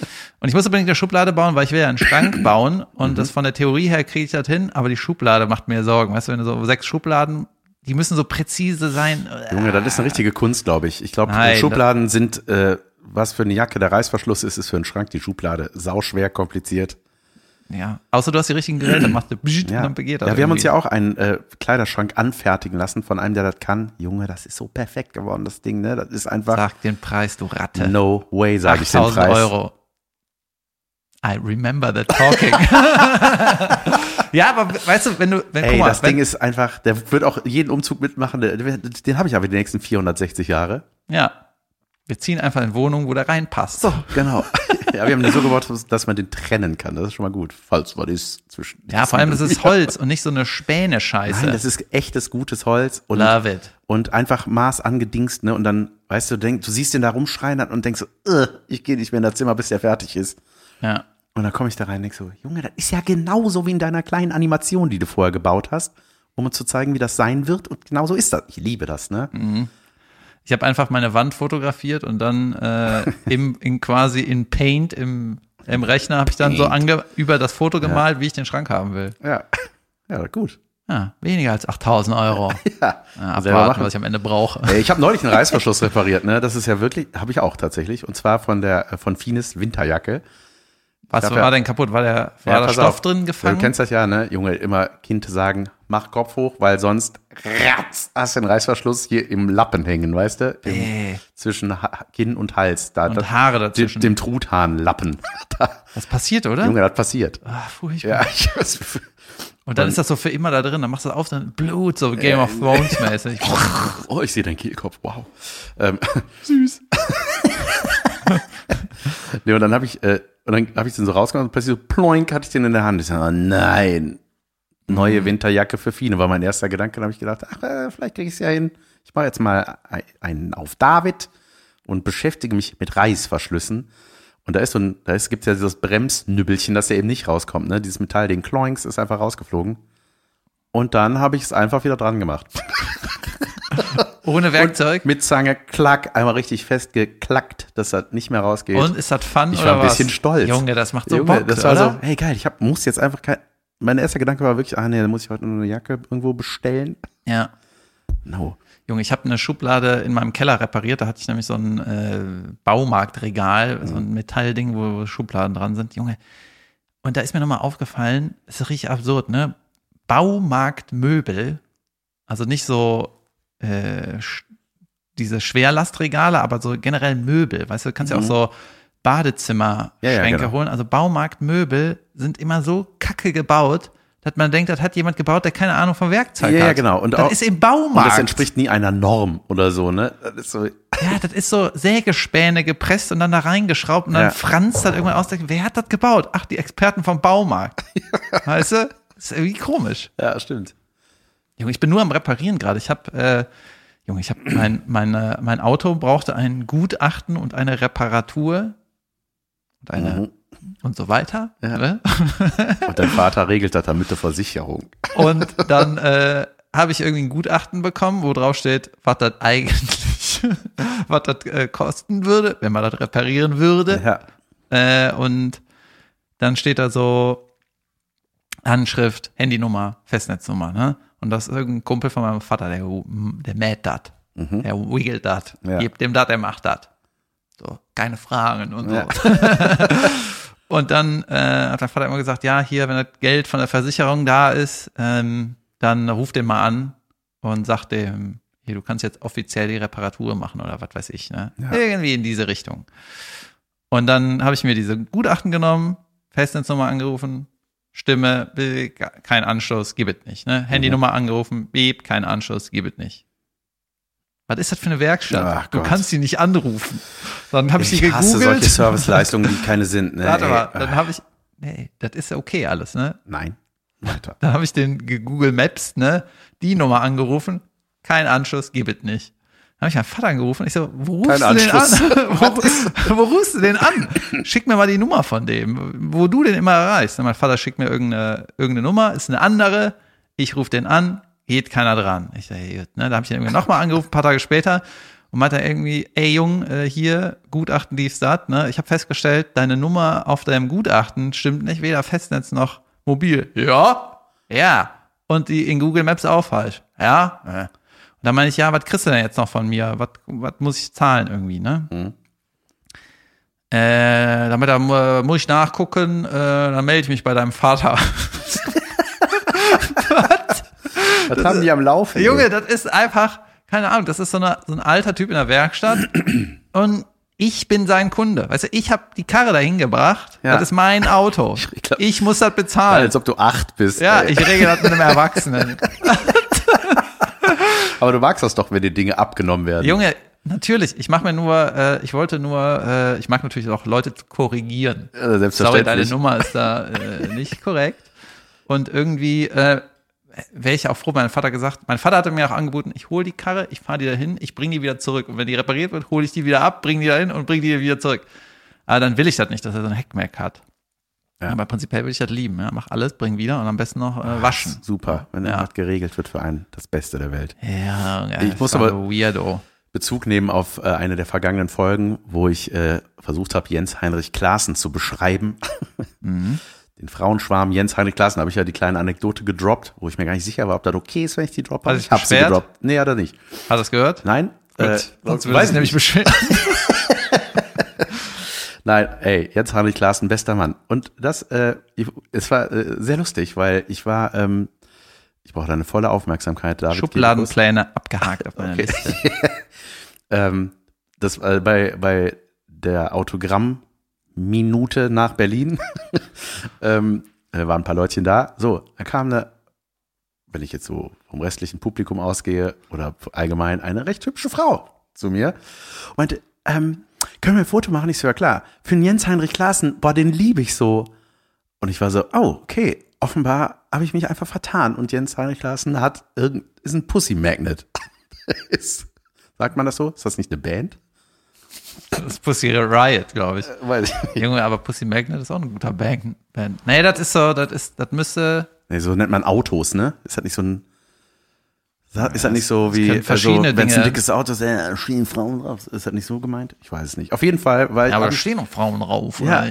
Und ich muss unbedingt eine Schublade bauen, weil ich will ja einen Schrank bauen
Mhm.
und das von der Theorie her kriege ich das hin, aber die Schublade macht mir Sorgen. Weißt du, wenn du so sechs Schubladen, die müssen so präzise sein.
Junge, das ist eine richtige Kunst, glaube ich. Ich glaube,
Nein,
Schubladen sind, äh, was für eine Jacke der Reißverschluss ist, ist für einen Schrank die Schublade. Sauschwer kompliziert.
Ja. Außer du hast die richtigen Geräte, dann machst du bschit
Ja, ja
und dann
wir
begeht
haben uns ja auch einen äh, Kleiderschrank anfertigen lassen von einem, der das kann. Junge, das ist so perfekt geworden, das Ding, ne? Das ist einfach
Sag den Preis, du Ratte.
no way, sage ich den
8000
Preis.
Euro. I remember the talking. ja, aber weißt du, wenn du, wenn,
Ey,
guck mal,
das
wenn,
Ding ist einfach, der wird auch jeden Umzug mitmachen. Der, den habe ich aber die nächsten 460 Jahre.
ja, wir ziehen einfach in Wohnungen, wo der reinpasst.
Genau. ja, wir haben den so gebaut, dass man den trennen kann. Das ist schon mal gut, falls man das zwischen.
Ja, vor allem ist es Holz und nicht so eine Späne-Scheiße.
Nein, das ist echtes gutes Holz und,
Love it.
und einfach Maß angedingst, ne? Und dann, weißt du, denk, du siehst den da rumschreien und denkst so, "Ugh, ich gehe nicht mehr in das Zimmer, bis der fertig ist.
Ja.
Und dann komme ich da rein und denk so, Junge, das ist ja genauso wie in deiner kleinen Animation, die du vorher gebaut hast, um uns zu zeigen, wie das sein wird. Und genau so ist das. Ich liebe das, ne?
Mhm. Ich habe einfach meine Wand fotografiert und dann äh, im, in quasi in Paint im, im Rechner habe ich dann so ange über das Foto gemalt, wie ich den Schrank haben will.
Ja. Ja, gut.
Ja, weniger als 8000 Euro.
Ja.
Ja,
Selber
abwarten,
machen.
was ich am Ende brauche.
Ey, Äh, Ich habe neulich einen Reißverschluss repariert, ne? Das ist ja wirklich, habe ich auch tatsächlich. Und zwar von der äh, von Fines Winterjacke.
Was
Darf
war
ja-
denn kaputt? War, der, war
Ja,
da
pass
Stoff
auf.
drin
Ja, du
gefangen?
kennst das ja, ne? Junge, immer Kind sagen, mach Kopf hoch, weil sonst ratz, hast den Reißverschluss hier im Lappen hängen, weißt du? Im,
Ey.
Zwischen ha Kinn und Hals. Da,
Äh. Und
da-
Haare
dem,
dazwischen.
dem Truthahnlappen. Da,
das passiert, oder?
Junge, das passiert.
Ah, furchtbar.
Ja, ich,
Und dann ist das so für immer da drin. Dann machst du das auf, dann Blut, so Game of Thrones mäßig.
oh, ich sehe deinen Kehlkopf, wow. Ähm,
Süß.
nee, und dann habe ich, äh, und dann habe ich den so rausgenommen und plötzlich so ploink hatte ich den in der Hand. Ich so, oh nein. Neue Winterjacke für Fine war mein erster Gedanke. Dann habe ich gedacht, ach, äh, vielleicht kriege ich es ja hin. Ich mache jetzt mal ein- einen auf David und beschäftige mich mit Reißverschlüssen. Und da ist so ein, da ist, gibt's ja dieses Bremsnübbelchen, dass der eben nicht rauskommt, ne? Dieses Metall, den Kloinks, ist einfach rausgeflogen. Und dann habe ich es einfach wieder dran gemacht.
Ohne Werkzeug.
Mit Zange, klack, einmal richtig festgeklackt, dass das nicht mehr rausgeht.
Und, ist das fun
Ich
oder
war ein
was?
bisschen stolz.
Junge, das macht so
Junge,
Bock,
das war
oder?
so, hey geil, ich hab, muss jetzt einfach kein. Mein erster Gedanke war wirklich, ah nee, dann muss ich heute nur eine Jacke irgendwo bestellen.
Ja.
No.
Junge, ich habe eine Schublade in meinem Keller repariert. Da hatte ich nämlich so ein äh, Baumarktregal,
Mhm.
so ein Metallding, wo Schubladen dran sind. Junge, und da ist mir nochmal aufgefallen, es ist richtig absurd, ne? Baumarktmöbel, also nicht so äh, sch- diese Schwerlastregale, aber so generell Möbel. Weißt du, du kannst ja auch
Mhm.
so Badezimmerschränke
Ja, ja, genau.
holen. Also Baumarktmöbel sind immer so kacke gebaut, dass man denkt, das hat jemand gebaut, der keine Ahnung vom Werkzeug
Ja,
hat.
ja, genau. Und
das
auch-
ist im Baumarkt.
Und das entspricht nie einer Norm oder so, ne? Das ist so,
Ja, das ist so Sägespäne gepresst und dann da reingeschraubt und dann
Ja.
franzt das irgendwann aus. Wer hat das gebaut? Ach, die Experten vom Baumarkt. weißt du? Das ist irgendwie komisch.
ja, stimmt.
Junge, ich bin nur am Reparieren gerade. Ich habe, äh, Junge, ich habe mein, mein, äh, mein Auto brauchte ein Gutachten und eine Reparatur und eine
Mhm.
und so weiter.
Ja.
Ne?
Und dein Vater regelt das dann mit der Versicherung.
Und dann äh, habe ich irgendwie ein Gutachten bekommen, wo drauf steht, was das eigentlich, was das äh, kosten würde, wenn man das reparieren würde.
Ja.
Äh, und dann steht da so Handschrift, Handynummer, Festnetznummer, ne? Und das ist irgendein Kumpel von meinem Vater, der, der mäht das,
Mhm.
der wiggelt das,
Ja.
gibt dem das, der macht das. So, keine Fragen und so.
Ja.
und dann äh, hat mein Vater immer gesagt, ja, hier, wenn das Geld von der Versicherung da ist, ähm, dann ruf den mal an und sag dem, hier, du kannst jetzt offiziell die Reparatur machen oder was weiß ich, ne?
Ja.
Irgendwie in diese Richtung. Und dann habe ich mir diese Gutachten genommen, Festnetznummer angerufen, Stimme, bi- kein Anschluss, gibt es nicht. Ne?
Mhm.
Handynummer angerufen, beep, kein Anschluss, gibt es nicht. Was ist das für eine Werkstatt?
Ach
du
Gott.
kannst die nicht anrufen. Dann habe ich, die gegoogelt.
hasse solche Serviceleistungen, die keine sind. Ne?
Warte
Ey,
mal,
äh,
dann habe ich, nee, das ist ja okay alles, ne?
Nein. Weiter.
Dann habe ich den Google Maps, ne? Die Nummer angerufen, kein Anschluss, gibt es nicht. Dann habe ich meinen Vater angerufen. Ich so, wo rufst
Kein
du
Anschluss.
den an? wo, wo rufst du den an? Schick mir mal die Nummer von dem, wo du den immer erreichst. Und mein Vater schickt mir irgendeine, irgendeine Nummer, ist eine andere. Ich rufe den an, geht keiner dran. Ich so, hey, gut, ne? Da habe ich ihn irgendwie nochmal angerufen, ein paar Tage später. Und meinte irgendwie, ey Jung, äh, hier, Gutachten dies, dat, ne? Ich habe festgestellt, deine Nummer auf deinem Gutachten stimmt nicht, weder Festnetz noch mobil. Ja? Ja. Und die in Google Maps auch falsch. Ja? Ja. Und dann meine ich, ja, was kriegst du denn jetzt noch von mir? Was, was muss ich zahlen irgendwie, ne? Äh, damit dann äh, muss ich nachgucken, äh, dann melde ich mich bei deinem Vater.
Das haben die am Laufen.
Junge, das ist einfach, keine Ahnung, das ist so, eine, so ein alter Typ in der Werkstatt und ich bin sein Kunde. Weißt du, ich habe die Karre dahin gebracht,
Ja.
das ist mein Auto. Ich,
Ich glaub-
muss das bezahlen.
Als ob du acht bist.
ja,
ey.
ich regel das mit einem Erwachsenen.
Aber du magst das doch, wenn die Dinge abgenommen werden.
Junge, natürlich, ich mache mir nur, äh, ich wollte nur, äh, ich mag natürlich auch Leute korrigieren.
Äh,
Sorry, deine
selbstverständlich.
Nummer ist da äh, nicht korrekt. Und irgendwie äh, wäre ich auch froh, mein Vater gesagt, mein Vater hatte mir auch angeboten, ich hole die Karre, ich fahre die dahin, ich bringe die wieder zurück. Und wenn die repariert wird, hole ich die wieder ab, bringe die dahin und bringe die wieder zurück. Aber dann will ich das nicht, dass er so ein Heckmeck hat.
Ja.
Aber prinzipiell würde ich das lieben. Ja? Mach alles, bring wieder und am besten noch äh, waschen.
Super, wenn
Ja.
irgendwas geregelt wird für einen, das Beste der Welt.
Ja, ja,
Ich
das
muss
war
aber-
so weirdo.
Bezug nehmen auf äh, eine der vergangenen Folgen, wo ich äh, versucht habe, Jens Heinrich Klaassen zu beschreiben.
Mhm.
Den Frauenschwarm Jens Heinrich Klaassen habe ich ja die kleine Anekdote gedroppt, wo ich mir gar nicht sicher war, ob das okay ist, wenn ich die droppe.
Hat er sich
ich habe sie
beschwert?
gedroppt. Nee, hat er nicht.
Hast du das gehört?
Nein.
Gut,
äh,
sonst würde ich nämlich beschweren.
Nein, ey, jetzt Hanni Klaassen, bester Mann. Und das, äh, ich, es war äh, sehr lustig, weil ich war, ähm, ich brauche deine volle Aufmerksamkeit, David.
Schubladenpläne abgehakt auf meiner
Okay.
Liste.
äh, ähm, das äh, bei, bei der Autogramm-Minute nach Berlin ähm, äh, waren ein paar Leutchen da. So, da kam eine, wenn ich jetzt so vom restlichen Publikum ausgehe oder allgemein, eine recht hübsche Frau zu mir und meinte, ähm, können wir ein Foto machen? Ich so, ja klar. Für den Jens Heinrich Klaassen, boah, den liebe ich so. Und ich war so, oh, okay, offenbar habe ich mich einfach vertan und Jens Heinrich Klaassen hat irgend, ist ein Pussy-Magnet. ist, sagt man das so? Ist das nicht eine Band?
Das ist Pussy Riot, glaube ich.
Weiß ich nicht.
Junge, aber Pussy Magnet ist auch ein guter Bang- Band. Nee, das ist so, das ist, das müsste
Nee, so nennt man Autos, ne? Ist das nicht so ein. Ist das nicht so wie,
können
also,
verschiedene
wenn es ein
Dinge-
dickes Auto ist, äh, schienen Frauen drauf. Ist das nicht so gemeint? Ich weiß es nicht. Auf jeden Fall, weil.
Ja, aber da
ich,
stehen noch Frauen drauf.
Ja.
Oder?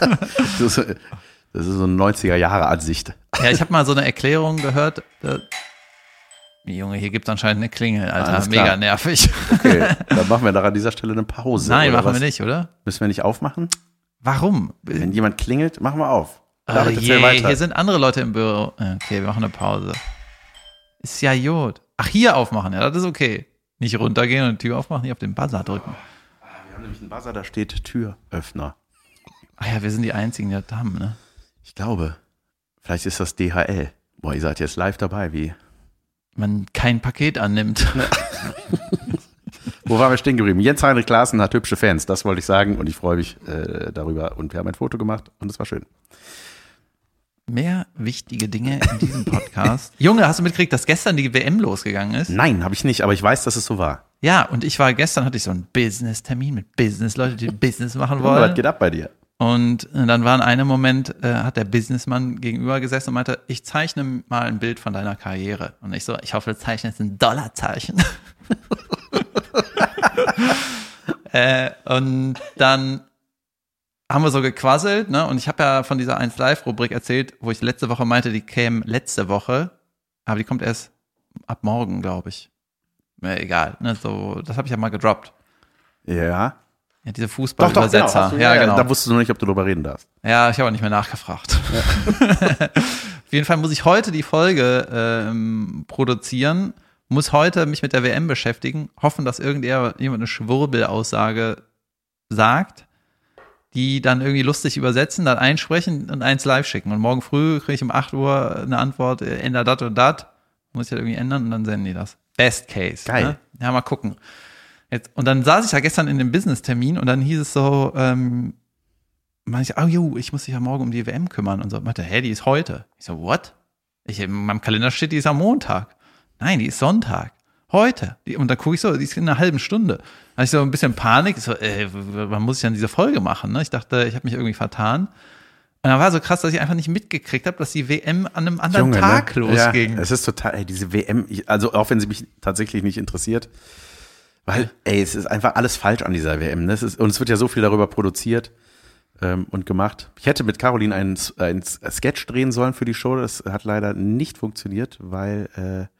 das, ist, so- das ist so eine 90er-Jahre-Ansicht.
ja ich habe mal so eine Erklärung gehört. Da, Junge, hier gibt es anscheinend eine Klingel, Alter.
Alles klar.
Mega nervig.
Okay, dann machen wir doch an dieser Stelle eine Pause.
Nein,
oder
machen
was?
wir nicht, oder?
Müssen wir nicht aufmachen?
Warum?
Wenn jemand klingelt, machen wir auf.
Oh
David, erzähl
je,
weiter.
hier sind andere Leute im Büro. Okay, wir machen eine Pause. Ist ja Jod. Ach, hier aufmachen, ja, das ist okay. Nicht runtergehen und die Tür aufmachen, hier auf den Buzzer drücken.
wir haben nämlich einen Buzzer, da steht Türöffner.
Ach ja, wir sind die Einzigen, die das haben, ne?
Ich glaube, vielleicht ist das DHL. Boah, ihr seid jetzt live dabei, wie.
Man kein Paket annimmt.
Wo waren wir stehen geblieben? Jens Heinrich Klaassen hat hübsche Fans, das wollte ich sagen und ich freue mich äh, darüber. Und wir haben ein Foto gemacht und es war schön.
Mehr wichtige Dinge in diesem Podcast. Junge, hast du mitgekriegt, dass gestern die WM losgegangen ist?
Nein, habe ich nicht, aber ich weiß, dass es so war.
Ja, und ich war gestern, hatte ich so einen Business-Termin mit Business-Leute, die Business machen
Junge, Was
wollen.
geht ab bei dir?
Und äh, dann war in einem Moment, äh, hat der Businessmann gegenüber gesessen und meinte, ich zeichne mal ein Bild von deiner Karriere. Und ich so, ich hoffe, du zeichnest ein Dollarzeichen. äh, und dann haben wir so gequasselt, ne? Und ich habe ja von dieser 1 Live-Rubrik erzählt, wo ich letzte Woche meinte, die käme letzte Woche, aber die kommt erst ab morgen, glaube ich. Äh, egal, ne? So, das habe ich ja mal gedroppt.
Ja.
Ja, diese Fußballübersetzer.
genau, hast du-
ja, genau.
Da wusstest du noch nicht, ob du darüber reden darfst.
Ja, ich habe auch nicht mehr nachgefragt. Auf jeden Fall muss ich heute die Folge ähm, produzieren, muss heute mich mit der WM beschäftigen, hoffen, dass irgendjemand eine Schwurbelaussage sagt, die dann irgendwie lustig übersetzen, dann einsprechen und eins live schicken. Und morgen früh kriege ich um 8 Uhr eine Antwort, äh, änder dat und dat, muss ich halt irgendwie ändern und dann senden die das. Best Case.
Geil.
Ne? Ja, mal gucken. Jetzt, und dann saß ich ja gestern in dem Business-Termin und dann hieß es so, ähm, meinte ich, oh jo, ich muss mich ja morgen um die WM kümmern und so. Meinte, hä, die ist heute. Ich so, what? Ich, in meinem Kalender steht, die ist am Montag. Nein, die ist Sonntag. Heute. Die, und dann gucke ich so, die ist in einer halben Stunde. Da hatte ich so ein bisschen Panik. Ich so, ey, w- w- wann muss ich denn diese Folge machen? Ne? Ich dachte, ich habe mich irgendwie vertan. Und dann war so krass, dass ich einfach nicht mitgekriegt habe, dass die WM an einem anderen
Junge,
Tag
ne?
losging.
Ja, es ist total, ey, diese WM, ich- also auch wenn sie mich tatsächlich nicht interessiert, weil, ey, es ist einfach alles falsch an dieser WM. Ne? Es ist, und es wird ja so viel darüber produziert ähm, und gemacht. Ich hätte mit Caroline einen, S- einen S- Sketch drehen sollen für die Show, das hat leider nicht funktioniert, weil, äh,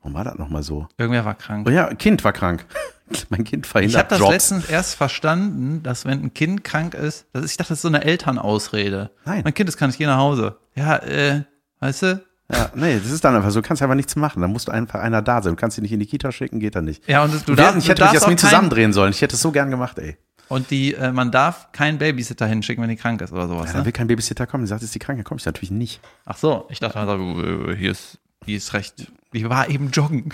warum war das nochmal so?
Irgendwer war krank.
Oh ja, ein Kind war krank. mein Kind
Ich habe
verhindert
das
Jobs.
letztens erst verstanden, dass wenn ein Kind krank ist, das ist, ich dachte, das ist so eine Elternausrede.
Nein.
Mein Kind ist krank, ich gehe nach Hause. Ja, äh, weißt du?
Ja, nee, das ist dann einfach so, du kannst einfach nichts machen, da musst du einfach einer da sein. Du kannst ihn nicht in die Kita schicken, geht dann nicht.
Ja, und das- du
Wir-
darfst,
ich
du
hätte mich
darfst auch
Jasmin
kein-
zusammendrehen sollen. Ich hätte es so gern gemacht, ey.
Und die, äh, man darf keinen Babysitter hinschicken, wenn die krank ist oder sowas.
Ja, dann
ne?
will kein Babysitter kommen. Die sagt, ist die krank? Dann komme ich natürlich nicht.
Ach so, ich dachte, man sagt, äh, hier ist, hier ist recht. Ich war eben joggen.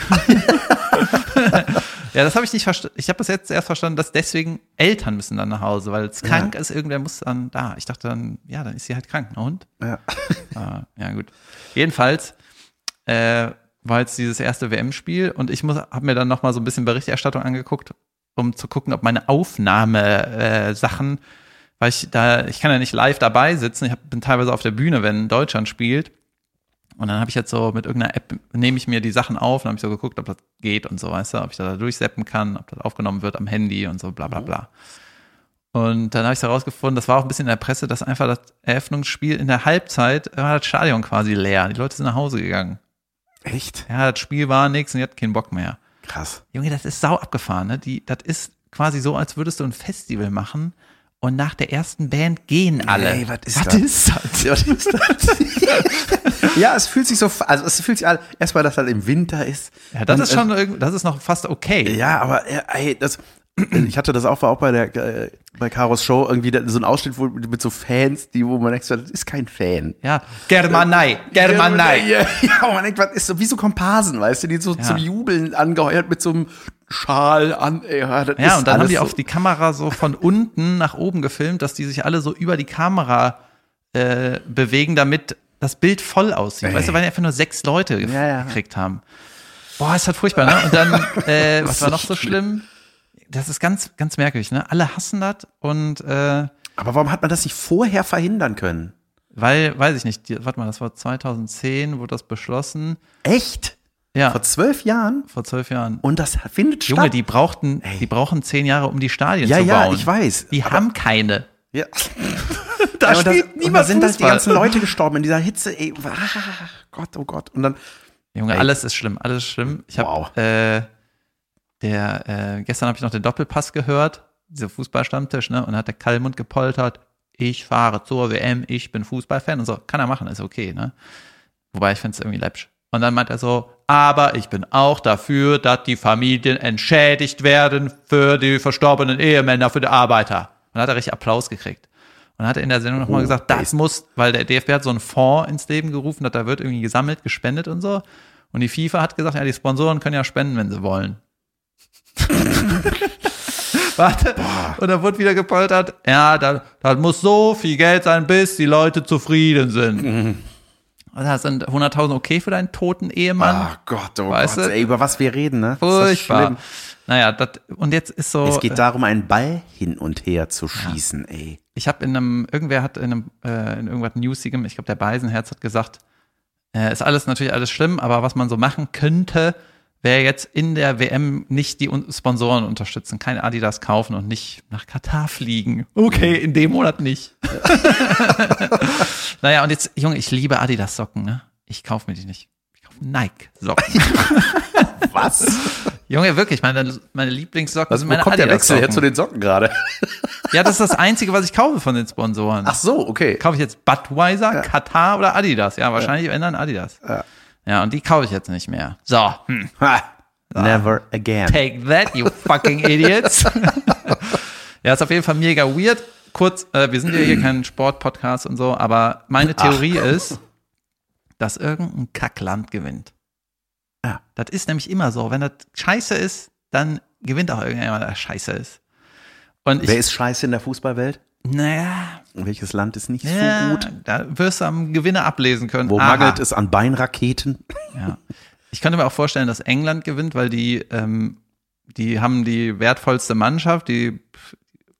ja, das habe ich nicht verstanden. Ich habe das jetzt erst verstanden, dass deswegen Eltern müssen dann nach Hause, weil es krank ist, irgendwer muss dann da. Ich dachte dann, ja, dann ist sie halt krank. Na und?
Ja.
Ah, ja, gut. Jedenfalls äh, war jetzt dieses erste WM-Spiel und ich habe mir dann nochmal so ein bisschen Berichterstattung angeguckt, um zu gucken, ob meine äh, Aufnahmesachen, weil ich da, ich kann ja nicht live dabei sitzen, ich hab, bin teilweise auf der Bühne, wenn Deutschland spielt. Und dann habe ich jetzt so mit irgendeiner App, nehme ich mir die Sachen auf und habe ich so geguckt, ob das geht und so, weißt du, ob ich da durchseppen kann, ob das aufgenommen wird am Handy und so, bla bla bla. Und dann habe ich herausgefunden, das war auch ein bisschen in der Presse, dass einfach das Eröffnungsspiel in der Halbzeit war das Stadion quasi leer. Die Leute sind nach Hause gegangen.
Echt?
Ja, das Spiel war nix und die hatten keinen Bock mehr.
Krass.
Junge, das ist sau abgefahren, ne? Die, das ist quasi so, als würdest du ein Festival machen, und nach der ersten Band gehen alle.
Ey, was ist
was
das?
Ist das?
Ja, was ist das? ja, es fühlt sich so, also es fühlt sich an, erstmal, dass halt im Winter ist.
Ja, das
Und,
ist schon irgendwie, das ist noch fast okay.
Ja, aber äh, ey, das, ich hatte das auch, war auch bei der äh, bei Karos Show irgendwie da- so ein Ausschnitt wo, mit so Fans, die, wo man denkt, so, das ist kein Fan.
Ja, Germanei, Germanei.
Ja, ja, und man denkt, was ist so wie so Komparsen, weißt du, die so zum Jubeln angeheuert mit so einem Schal an. Ey, ja, das
Ja,
ist
und dann haben
alles
die
so.
auf die Kamera so von unten nach oben gefilmt, dass die sich alle so über die Kamera äh, bewegen, damit das Bild voll aussieht. Weißt du, weil die einfach nur sechs Leute gef-
Ja, ja.
gekriegt haben. Boah, ist halt furchtbar, ne? Und dann, äh, was war noch so schlimm? Das ist ganz, ganz merkwürdig, ne? Alle hassen das und äh,
Aber warum hat man das nicht vorher verhindern können?
weil, weiß ich nicht, die, warte mal, das war 2010, wurde das beschlossen.
Echt?
Ja,
Vor zwölf Jahren?
vor zwölf Jahren.
Und das findet
Junge,
statt.
die brauchten, die brauchen zehn Jahre, um die Stadien
ja,
zu bauen.
ja, ich weiß.
Die haben keine.
Ja.
Da
Ja, und
spielt
und
niemand
da sind halt die
Fußball.
ganzen Leute gestorben in dieser Hitze. Ey, ah, Gott, oh Gott. Und dann,
Junge,
Ey.
alles ist schlimm, alles ist schlimm. Ich habe
Wow.
äh, der äh, gestern habe ich noch den Doppelpass gehört, dieser Fußballstammtisch, ne? Und hat der Kalmund gepoltert, ich fahre zur WM, ich bin Fußballfan und so. Kann er machen, ist okay, ne? Wobei ich finde es irgendwie läppsch. Und dann meint er so, aber ich bin auch dafür, dass die Familien entschädigt werden für die verstorbenen Ehemänner, für die Arbeiter. Und dann hat er richtig Applaus gekriegt. Und dann hat er in der Sendung nochmal gesagt, das muss, weil der DFB hat so einen Fonds ins Leben gerufen, dass da wird irgendwie gesammelt, gespendet und so. Und die FIFA hat gesagt, ja, die Sponsoren können ja spenden, wenn sie wollen. Warte. Und dann wurde wieder gepoltert, ja, da, da muss so viel Geld sein, bis die Leute zufrieden sind. Und da sind 100.000 okay für deinen toten Ehemann.
ah Gott, oh
Weißt
Gott.
du?
Ey, über was wir reden, ne? Ist das
Furchtbar. Oh, äh.
schlimm?
Naja, das, und jetzt ist so.
Es geht darum, einen Ball hin und her zu schießen, ey.
ich habe in einem, irgendwer hat in einem, äh, in irgendwas Newsigem, ich glaube der Beisenherz hat gesagt, äh, ist alles natürlich alles schlimm, aber was man so machen könnte, wäre jetzt in der WM nicht die Un- Sponsoren unterstützen, kein Adidas kaufen und nicht nach Katar fliegen. Mhm. Okay, in dem Monat nicht. naja, und jetzt, Junge, ich liebe Adidas Socken, ne? Ich kaufe mir die nicht. Ich kaufe Nike Socken.
Was?
Junge, wirklich, meine, meine Lieblingssocken
Was
sind
wo
meine
kommt der
Adidas
Wechsel her zu
Socken.
den Socken gerade?
Ja, das ist das Einzige, was ich kaufe von den Sponsoren.
Ach so, okay.
Kaufe ich jetzt Budweiser, Katar oder Adidas? Ja, wahrscheinlich ändern Adidas. Ja. und die kaufe ich jetzt nicht mehr. So, hm.
Ha. Never again.
take that, you fucking idiots. ja, ist auf jeden Fall mega weird. Kurz, äh, wir sind ja hier kein Sportpodcast und so, aber meine Theorie ist, dass irgendein Kackland gewinnt.
Ja.
Das ist nämlich immer so. Wenn das scheiße ist, dann gewinnt auch irgendjemand, der scheiße ist. Und ich,
Wer ist scheiße in der Fußballwelt?
naja,
Und Welches Land ist nicht
ja,
so gut?
da wirst du am Gewinner ablesen können.
Wo
Aha.
mangelt es an Beinraketen?
Ja. Ich könnte mir auch vorstellen, dass England gewinnt, weil die, ähm, die haben die wertvollste Mannschaft, die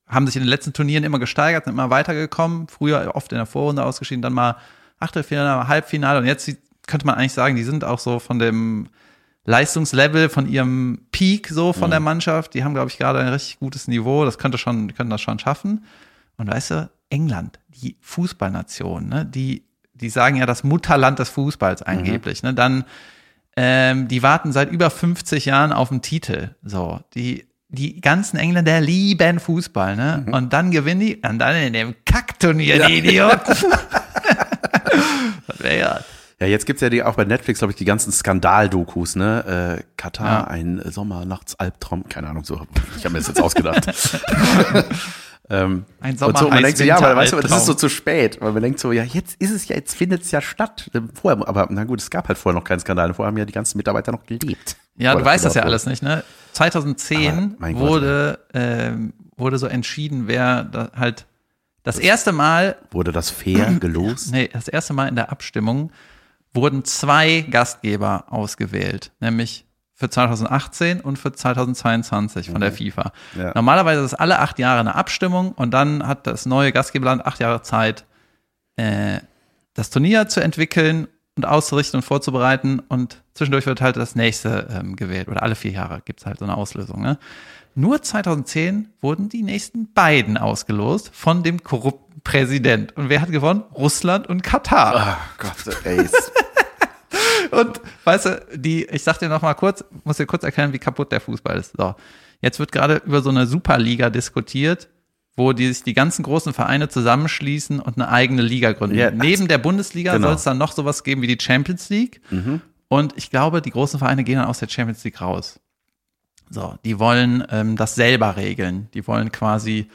haben sich in den letzten Turnieren immer gesteigert, sind immer weitergekommen, früher oft in der Vorrunde ausgeschieden, dann mal Achtelfinale, Halbfinale und jetzt könnte man eigentlich sagen, die sind auch so von dem Leistungslevel, von ihrem Peak so von der Mannschaft, die haben, glaube ich, gerade ein richtig gutes Niveau, das könnte schon, die können das schon schaffen. Und weißt du, England, die Fußballnation, ne, die, die sagen ja das Mutterland des Fußballs angeblich, ne, dann, ähm, die warten seit über 50 Jahren auf einen Titel, so, die, die ganzen Engländer lieben Fußball, ne,
Mhm.
und dann gewinnen die, und dann in dem Kackturnier, die Idioten. das wäre ja,
Ja, jetzt gibt's ja die, auch bei Netflix, glaube ich, die ganzen Skandaldokus, ne? Äh, Katar,
Ja.
ein Sommernachtsalbtraum, keine Ahnung, so. Ich habe mir das jetzt ausgedacht. ähm,
ein
und
Sommer
so, man denkt so, ja, weil weißt du, das ist so
Winteralbtraum.
zu spät, weil man denkt so, ja, jetzt ist es ja, jetzt findet's ja statt. Vorher, aber na gut, es gab halt vorher noch keinen Skandal. Vorher haben ja die ganzen Mitarbeiter noch gelebt.
Ja, du
Vorher
weißt das ja
wurde-
alles nicht, ne? 2010
Aber, mein Gott.
wurde, ähm, wurde so entschieden, wer da halt das erste Mal,
Wurde das fair gelost?
nee, das erste Mal in der Abstimmung wurden zwei Gastgeber ausgewählt, nämlich für 2018 und für 2022 von der FIFA.
Ja.
Normalerweise ist alle acht Jahre eine Abstimmung und dann hat das neue Gastgeberland acht Jahre Zeit, äh, das Turnier zu entwickeln und auszurichten und vorzubereiten und zwischendurch wird halt das nächste ähm, gewählt oder alle vier Jahre gibt's halt so eine Auslösung. Ne? Nur 2010 wurden die nächsten beiden ausgelost von dem korrupten Präsident. Und wer hat gewonnen? Russland und Katar.
Ah, Gott, ey. ist-
Und weißt du, die, ich sag dir noch mal kurz, muss dir kurz erklären, wie kaputt der Fußball ist. So, jetzt wird gerade über so eine Superliga diskutiert, wo die sich die ganzen großen Vereine zusammenschließen und eine eigene Liga gründen.
Ja,
Neben der Bundesliga
Genau. Mhm.
soll es dann noch sowas geben wie die Champions League. Und ich glaube, die großen Vereine gehen dann aus der Champions League raus. So, die wollen ähm, das selber regeln. Die wollen quasi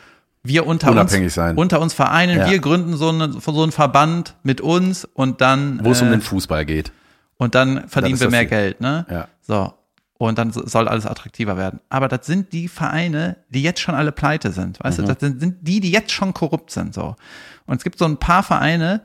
wir unter
Unabhängig
uns
sein.
unter uns vereinen.
Ja.
Wir gründen so einen, so einen Verband mit uns und dann
Wo es um
äh,
den Fußball geht.
und dann verdienen
ist
wir
das
mehr
die-
Geld, ne?
Ja.
So. Und dann so- soll alles attraktiver werden. Aber das sind die Vereine, die jetzt schon alle pleite sind. Weißt
Mhm.
du, das sind, sind die, die jetzt schon korrupt sind. So. Und es gibt so ein paar Vereine,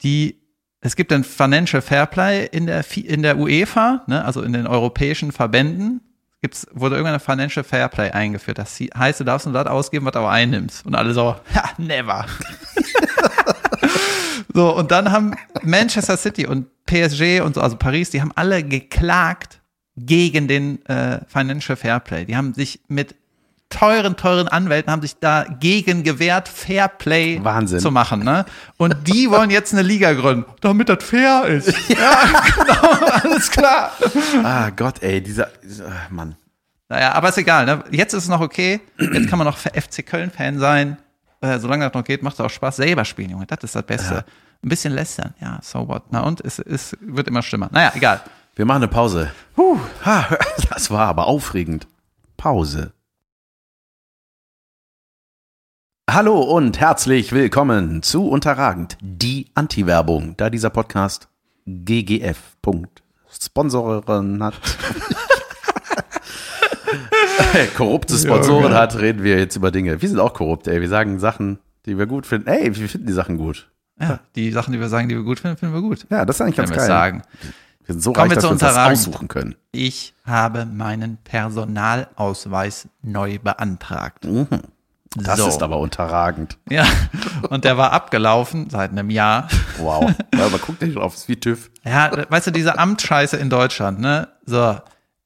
die, es gibt ein Financial Fairplay in der, Fi- in der UEFA, ne? also in den europäischen Verbänden. Gibt's, wurde irgendwann ein Financial Fairplay eingeführt. Das sie- heißt, du darfst nur das ausgeben, was du aber einnimmst. Und alle so, ha, never. So, und dann haben Manchester City und PSG und so, also Paris, die haben alle geklagt gegen den äh, Financial Fairplay. Die haben sich mit teuren, teuren Anwälten haben sich dagegen gewehrt, Fairplay
Wahnsinn.
zu machen. Ne? Und die wollen jetzt eine Liga gründen, damit das fair ist. Ja, genau, alles klar.
Ah Gott, ey, dieser, dieser ah, Mann.
Naja, aber ist egal. Ne? Jetzt ist es noch okay. Jetzt kann man noch FC Köln-Fan sein. Äh, solange das noch geht, macht es auch Spaß. Selber spielen, Junge. Das ist das Beste. Ein bisschen lästern. Ja, so what. Na und? Es, es wird immer schlimmer. Naja, egal.
Wir machen eine Pause. Ha, das war aber aufregend. Pause. Hallo und herzlich willkommen zu Unterragend, die Anti-Werbung, da dieser Podcast ggf. Sponsoren hat. Hey, korrupte Sponsoren
Junge.
hat, reden wir jetzt über Dinge. Wir sind auch korrupt, ey. Wir sagen Sachen, die wir gut finden. Ey, wir finden die Sachen gut.
Ja, die Sachen, die wir sagen, die wir gut finden, finden wir gut.
Ja, das ist eigentlich
Wenn
ganz
wir
geil.
es sagen.
Wir sind so
Kommen
reich,
wir
dass
zu
wir uns das
Unterragend.
aussuchen können.
Ich habe meinen Personalausweis neu beantragt.
Mhm. Das
So.
ist aber unterragend.
Ja. Und der war abgelaufen seit einem Jahr.
Wow. Ja, aber guck nicht drauf, ist wie TÜV.
Ja, weißt du, diese Amtsscheiße in Deutschland, ne? So.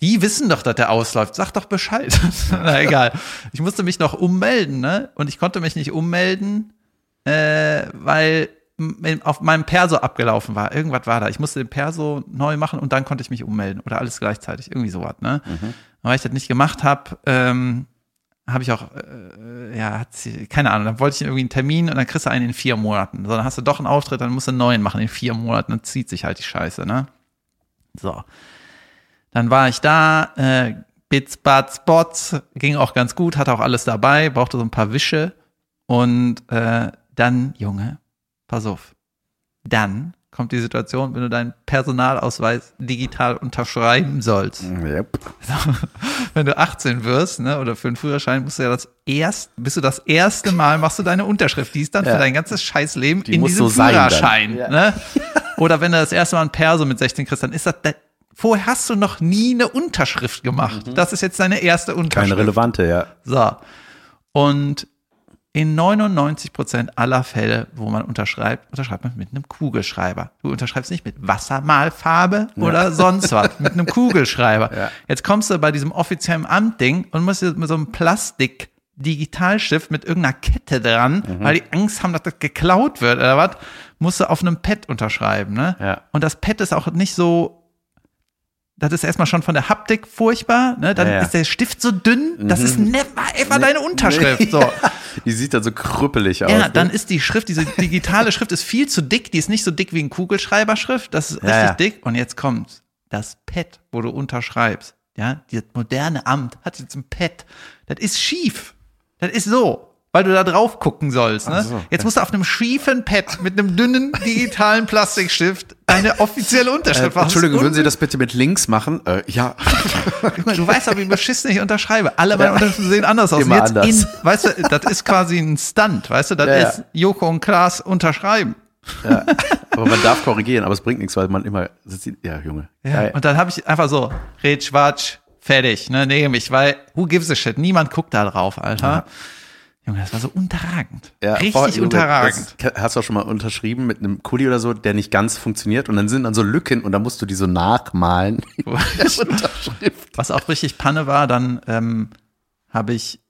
Die wissen doch, dass der ausläuft. Sag doch Bescheid. Na egal. Ich musste mich noch ummelden, ne? Und ich konnte mich nicht ummelden, äh, weil m- m- auf meinem Perso abgelaufen war. Irgendwas war da. Ich musste den Perso neu machen und dann konnte ich mich ummelden. Oder alles gleichzeitig. Irgendwie sowas, ne? Aber weil ich das nicht gemacht habe, ähm, habe ich auch, äh, ja, hat sie, keine Ahnung, dann wollte ich irgendwie einen Termin und dann kriegst du einen in vier Monaten. So, dann hast du doch einen Auftritt, dann musst du einen neuen machen in vier Monaten, dann zieht sich halt die Scheiße, ne? So. Dann war ich da, äh, Bits, Bats, Bots, ging auch ganz gut, hatte auch alles dabei, brauchte so ein paar Wische und äh, dann, Junge, pass auf, dann kommt die Situation, wenn du deinen Personalausweis digital unterschreiben sollst.
Yep.
Wenn du 18 wirst, ne, oder für einen Führerschein musst du ja das erst, bist du das erste Mal machst du deine Unterschrift, die ist dann
Ja.
für dein ganzes Scheißleben
Die
in
muss
diesem
so sein dann.
Führerschein,
Ja.
ne? Oder wenn du das erste Mal ein Perso mit 16 kriegst, dann ist das, de- vorher hast du noch nie eine Unterschrift gemacht. Das ist jetzt deine erste Unterschrift.
Mhm. Keine relevante, ja.
So. Und in 99 Prozent aller Fälle, wo man unterschreibt, unterschreibt man mit einem Kugelschreiber. Du unterschreibst nicht mit Wassermalfarbe oder sonst was, mit einem Kugelschreiber.
Ja.
Jetzt kommst du bei diesem offiziellen Amtding und musst jetzt mit so einem Plastik Digitalstift mit irgendeiner Kette dran,
Mhm.
weil die Angst haben, dass das geklaut wird oder was, musst du auf einem Pad unterschreiben, ne?
Ja.
Und das Pad ist auch nicht so das ist erstmal schon von der Haptik furchtbar, ne? Dann
Ja, Mhm. ja.
ist der Stift so dünn, das ist never ever deine Unterschrift. So.
Die sieht dann so krüppelig aus.
Ja,
ne?
dann ist die Schrift, diese digitale Schrift ist viel zu dick, die ist nicht so dick wie ein Kugelschreiberschrift, das ist richtig
ja.
dick. Und jetzt kommt das Pad, wo du unterschreibst. Ja, das moderne Amt hat jetzt ein Pad. Das ist schief. Das ist so, weil du da drauf gucken sollst. Ne?
Ach so,
jetzt musst du auf einem schiefen Pad mit einem dünnen digitalen Plastikstift deine offizielle
äh,
Unterschrift machen.
Entschuldigung, würden Sie das bitte mit links machen? Äh, ja.
Guck mal, du weißt doch, wie beschissen ich unterschreibe. Alle meine Unterschriften sehen anders aus.
Immer
Und
anders.
In, weißt du, das ist quasi ein Stunt, weißt du? Das
Ja, ja.
ist Joko und Klaas unterschreiben.
Aber man darf korrigieren, aber es bringt nichts, weil man immer. das sieht- Ja, Junge. Geil.
Und dann habe ich einfach so, red Schwatsch, fertig, ne, nehme ich, weil who gives a shit? Niemand guckt da drauf, Alter. Junge, das war so unterragend.
Ja,
Richtig
boah, Junge,
unterragend.
Das hast du auch schon mal unterschrieben mit einem Kuli oder so, der nicht ganz funktioniert und dann sind dann so Lücken und dann musst du die so nachmalen. Unterschrift.
Was auch richtig Panne war, dann ähm, habe ich,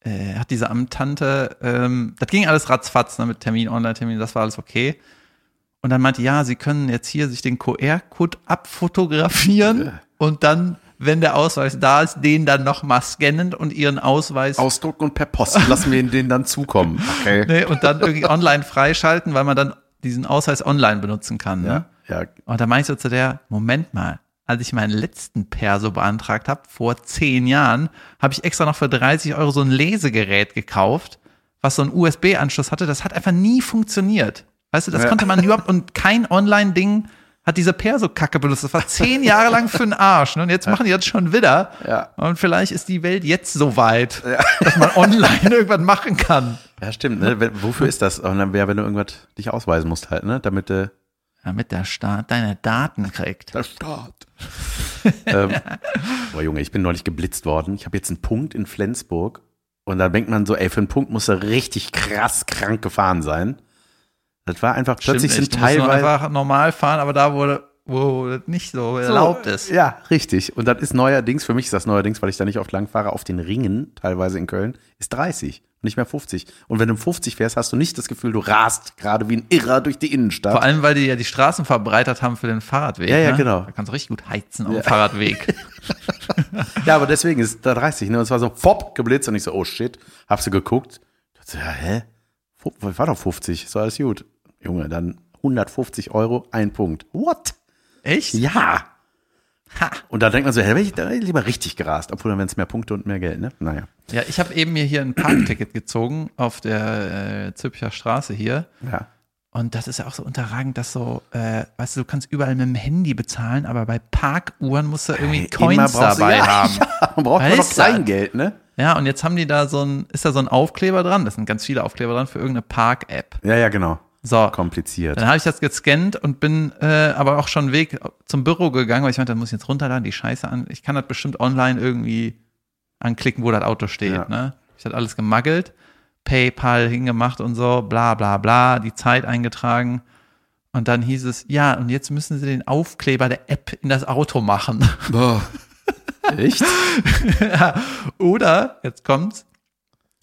äh, hat diese Amtante, ähm, das ging alles ratzfatz ne, mit Termin, Online-Termin, das war alles okay. Und dann meinte, ja, sie können jetzt hier sich den QR-Code abfotografieren und dann wenn der Ausweis da ist, den dann nochmal scannen und ihren Ausweis
Ausdruck und per Post lassen wir denen dann zukommen. Okay.
ne, und dann irgendwie online freischalten, weil man dann diesen Ausweis online benutzen kann. Ne?
Ja,
Und da meine ich so zu der, Moment mal, als ich meinen letzten Perso beantragt habe, vor zehn Jahren, habe ich extra noch für 30 Euro so ein Lesegerät gekauft, was so einen USB-Anschluss hatte. Das hat einfach nie funktioniert. Weißt du, das
Ja.
konnte man überhaupt und kein Online-Ding hat diese Perso-Kacke benutzt. Das war zehn Jahre lang für den Arsch. Ne? Und jetzt machen die das schon wieder.
Ja.
Und vielleicht ist die Welt jetzt so weit, dass man online irgendwas machen kann.
ja stimmt. Ne? Wenn- Wofür ist das? Und dann wäre, wenn du irgendwas dich ausweisen musst halt, ne? Damit äh,
Damit der Staat deine Daten kriegt.
Der Staat. ähm, boah, Junge, ich bin neulich geblitzt worden. Ich habe jetzt einen Punkt in Flensburg. Und da denkt man so, ey, für einen Punkt muss er richtig krass krank gefahren sein. Das war einfach, plötzlich
Stimmt,
sind
echt, du musst nur
teilweise.
einfach normal fahren, aber da wo, wo das nicht so, erlaubt ist.
Ja, richtig. Und das ist neuerdings, für mich ist das neuerdings, weil ich da nicht oft lang fahre, auf den Ringen, teilweise in Köln, ist 30, nicht mehr 50. Und wenn du 50 fährst, hast du nicht das Gefühl, du rast gerade wie ein Irrer durch die Innenstadt.
Vor allem, weil die ja die Straßen verbreitert haben für den Fahrradweg.
Ja, ja,
ne?
genau.
Da kannst du richtig gut heizen auf dem Fahrradweg.
Ja, aber deswegen ist da 30, ne? Und es war so fopp geblitzt und ich so, oh shit, hab so geguckt. Dachte, so, ja, hä? Fu- War doch 50, ist doch alles gut. Junge, dann 150 Euro, ein Punkt. What?
Echt?
Ja.
Ha.
Und da denkt man so, hä, wär ich, da wär ich lieber richtig gerast, obwohl dann wären es mehr Punkte und mehr Geld, ne? Naja.
Ja, ich habe eben mir hier ein Parkticket gezogen auf der äh, Züppicher Straße hier.
Ja.
Und das ist ja auch so unterragend, dass so, äh, weißt du, du kannst überall mit dem Handy bezahlen, aber bei Parkuhren musst du irgendwie Coins
brauchst du-
dabei
ja,
haben.
Ja, man braucht
Was
immer noch
ist das?
Kleingeld, ne?
Ja, und jetzt haben die da so ein, ist da so ein Aufkleber dran? Das sind ganz viele Aufkleber dran für irgendeine Park-App.
Ja, ja, genau.
So.
Kompliziert.
Dann habe ich das gescannt und bin äh, aber auch schon Weg zum Büro gegangen, weil ich meinte, da muss ich jetzt runterladen, die Scheiße an. Ich kann das bestimmt online irgendwie anklicken, wo das Auto steht.
Ja.
Ne? Ich hatte alles gemaggelt, PayPal hingemacht und so, bla bla bla, die Zeit eingetragen. Und dann hieß es, ja, und jetzt müssen sie den Aufkleber der App in das Auto machen.
Echt?
Ja, oder, jetzt kommt's,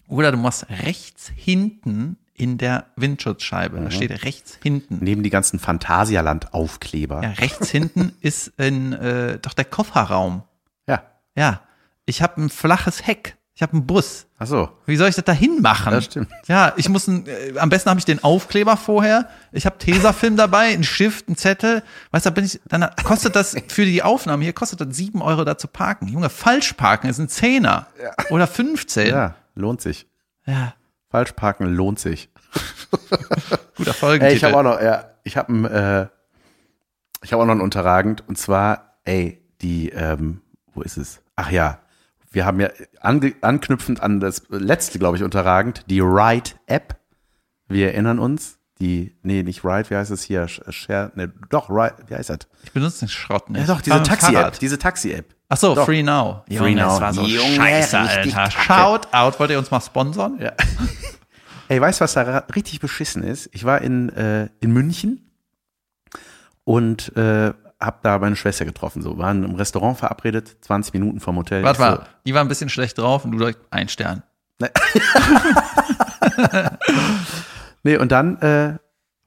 oder du machst rechts hinten in der Windschutzscheibe. Da steht rechts hinten.
Neben die ganzen Phantasialand-Aufkleber.
Ja, rechts hinten ist in, äh, doch der Kofferraum.
ja.
Ja. Ich habe ein flaches Heck. Ich habe einen Bus.
Ach so.
Wie soll ich das da hinmachen?
Das stimmt.
Ja, ich muss ein, äh, am besten habe ich den Aufkleber vorher. Ich habe Tesafilm dabei, einen Stift, einen Zettel. Weißt du, da bin ich, dann kostet das für die Aufnahme hier, kostet das sieben Euro da zu parken. Junge, falsch parken ist ein Zehner. Oder 15.
Ja, lohnt sich.
ja.
Falsch parken lohnt sich.
Guter
Ey,
Folgentitel.
ich habe auch noch, ja, ich habe äh, ich habe auch noch ein Unterragend und zwar, ey, die, ähm, wo ist es? Ach ja, wir haben ja ange, anknüpfend an das letzte, glaube ich, Unterragend, die Ride App. Wir erinnern uns, die, nee, nicht Ride, wie heißt es hier? Sh- Share, nee, doch Ride, wie heißt das?
ich benutze den Schrott nicht.
Ja, doch
Ich
diese
fahr mit dem
Taxi-App,
Fahrrad.
diese Taxi-App.
Ach so,
Doch.
Free Now. Junge,
Now.
Das war so
Junge,
scheiße,
richtig
Alter.
kacke.
Shout out. Wollt ihr uns mal sponsern?
Ja. Ey, weißt du, was da ra- richtig beschissen ist? Ich war in, äh, in München und äh, hab da meine Schwester getroffen. So, waren im Restaurant verabredet, 20 Minuten vom Hotel.
Warte
Ich
mal, die war ein bisschen schlecht drauf und du direkt ein Stern.
So, nee, und dann äh,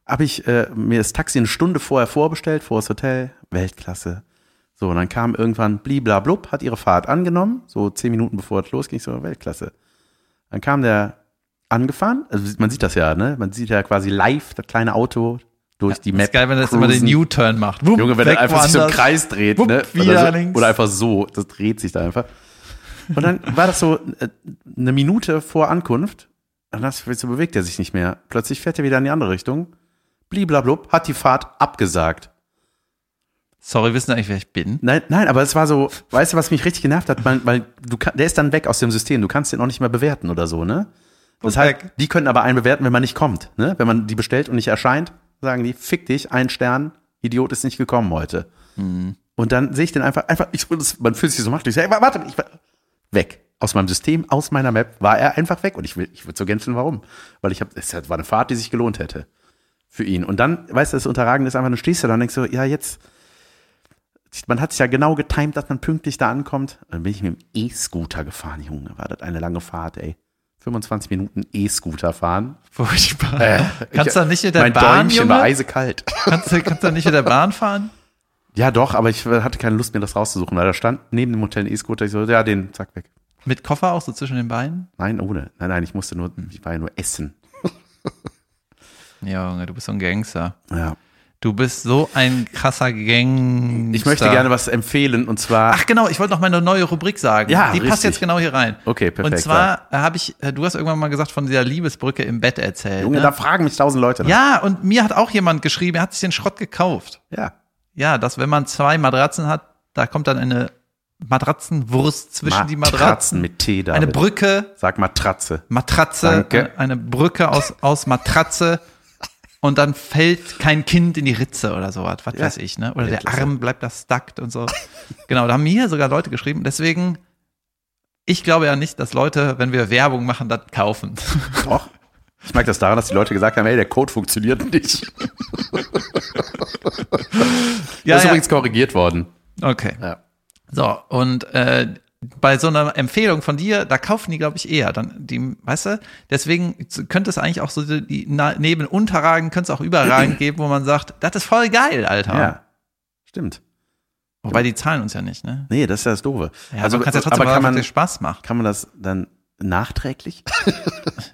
habe ich äh, mir das Taxi eine Stunde vorher vorbestellt, vor das Hotel, Weltklasse. So, und dann kam irgendwann bliblablub, hat ihre Fahrt angenommen, so zehn Minuten bevor es losging, ich so Weltklasse. Dann kam der angefahren, also man sieht das ja, ne? Man sieht ja quasi live das kleine Auto durch die Map.
ist geil, wenn er jetzt immer
cruisen.
den U-Turn macht. Wupp,
Junge, wenn
weg
er einfach sich so im
woanders.
Kreis dreht,
Wupp,
ne?
wieder
oder, so,
links.
oder einfach so, das dreht sich da einfach. Und dann war das so äh, eine Minute vor Ankunft, dann hast du, so bewegt er sich nicht mehr. Plötzlich fährt er wieder in die andere Richtung. Bliblablub, hat die Fahrt abgesagt.
Sorry, wissen Sie eigentlich, wer ich bin?
Nein, nein, aber es war so, weißt du, was mich richtig genervt hat? Weil, weil du kann, der ist dann weg aus dem System, du kannst den auch nicht mehr bewerten oder so, ne? Das heißt, die können aber einen bewerten, wenn man nicht kommt, ne? Wenn man die bestellt und nicht erscheint, sagen die, fick dich, ein Stern, Idiot ist nicht gekommen heute. Und dann sehe ich den einfach, einfach, ich, das- man fühlt sich so machtlos. Ich sage, warte, ich, war- weg. Aus meinem System, aus meiner Map war er einfach weg. Und ich will, ich würde so gänzeln, warum? Weil ich habe, es war eine Fahrt, die sich gelohnt hätte. Für ihn. Und dann, weißt du, das Unterragende ist einfach, dann stehst du da und denkst so, ja, jetzt, man hat es ja genau getimt, dass man pünktlich da ankommt. Dann bin ich mit dem E-Scooter gefahren, Junge. War das eine lange Fahrt, ey. 25 Minuten E-Scooter fahren.
Furchtbar.
Äh,
kannst
ich-
du nicht mit der
mein
Bahn,
Däumchen
Junge?
war eisekalt.
Kannst du kannst du nicht mit der Bahn fahren?
Ja, doch, aber ich hatte keine Lust, mir das rauszusuchen, weil da stand neben dem Hotel ein E-Scooter. Ich so, ja, den, zack, weg.
Mit Koffer auch so zwischen den Beinen?
Nein, ohne. Nein, nein, ich musste nur, ich war ja nur essen.
Junge, du bist so ein Gangster.
Ja.
Du bist so ein krasser Gangster.
Ich möchte gerne was empfehlen und zwar.
Ach genau, ich wollte noch meine neue Rubrik sagen.
Ja,
die passt
richtig.
jetzt genau hier rein.
Okay, perfekt,
Und zwar habe ich, äh, du hast irgendwann mal gesagt, von dieser Liebesbrücke im Bett erzählt.
Junge,
ne?
da fragen mich tausend Leute. nach.
ja, und mir hat auch jemand geschrieben, er hat sich den Schrott gekauft.
ja.
Ja, dass wenn man zwei Matratzen hat, da kommt dann eine Matratzenwurst zwischen die Matratzen.
mit T da.
Eine Brücke,
Sag Matratze.
Matratze,
Danke.
eine Brücke aus, aus Matratze und dann fällt kein Kind in die Ritze oder sowas, was
Ja.
weiß ich, ne? Oder der
Klasse.
Arm bleibt da stuckt und so. genau, da haben mir sogar Leute geschrieben, deswegen, ich glaube ja nicht, dass Leute, wenn wir Werbung machen, das kaufen.
Doch. Ich merke das daran, dass die Leute gesagt haben, hey, der Code funktioniert nicht.
ja,
das ist
ja.
übrigens korrigiert worden.
Okay.
Ja.
So, und äh, bei so einer Empfehlung von dir, da kaufen die, glaube ich, eher. Dann, die, weißt du, deswegen z- könnte es eigentlich auch so die- die na, neben Unterragen, könnte es auch Überragen geben, wo man sagt, das ist voll geil, Alter.
ja. Stimmt.
Wobei die zahlen uns ja nicht, ne?
Nee, das ist ja das Doofe.
Ja, also, aber kannst ja trotzdem
aber kann
mal
man,
Spaß machen.
kann man das dann nachträglich?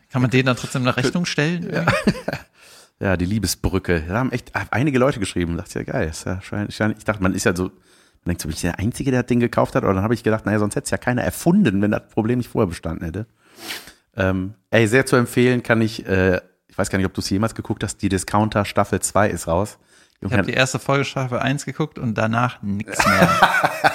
Kann man denen dann trotzdem eine Rechnung stellen?
Ja, die Liebesbrücke. Da haben echt einige Leute geschrieben. Dachte ja geil. Ist ja schein- schein- ich dachte, man ist ja so, man denkt so, bin ich der Einzige, der das Ding gekauft hat? Oder dann habe ich gedacht, naja, sonst hätte es ja keiner erfunden, wenn das Problem nicht vorher bestanden hätte. Ähm, ey, sehr zu empfehlen kann ich, äh, ich weiß gar nicht, ob du es jemals geguckt hast, die Discounter Staffel 2 ist raus.
Ich habe die erste Folge Staffel 1 geguckt und danach nichts mehr.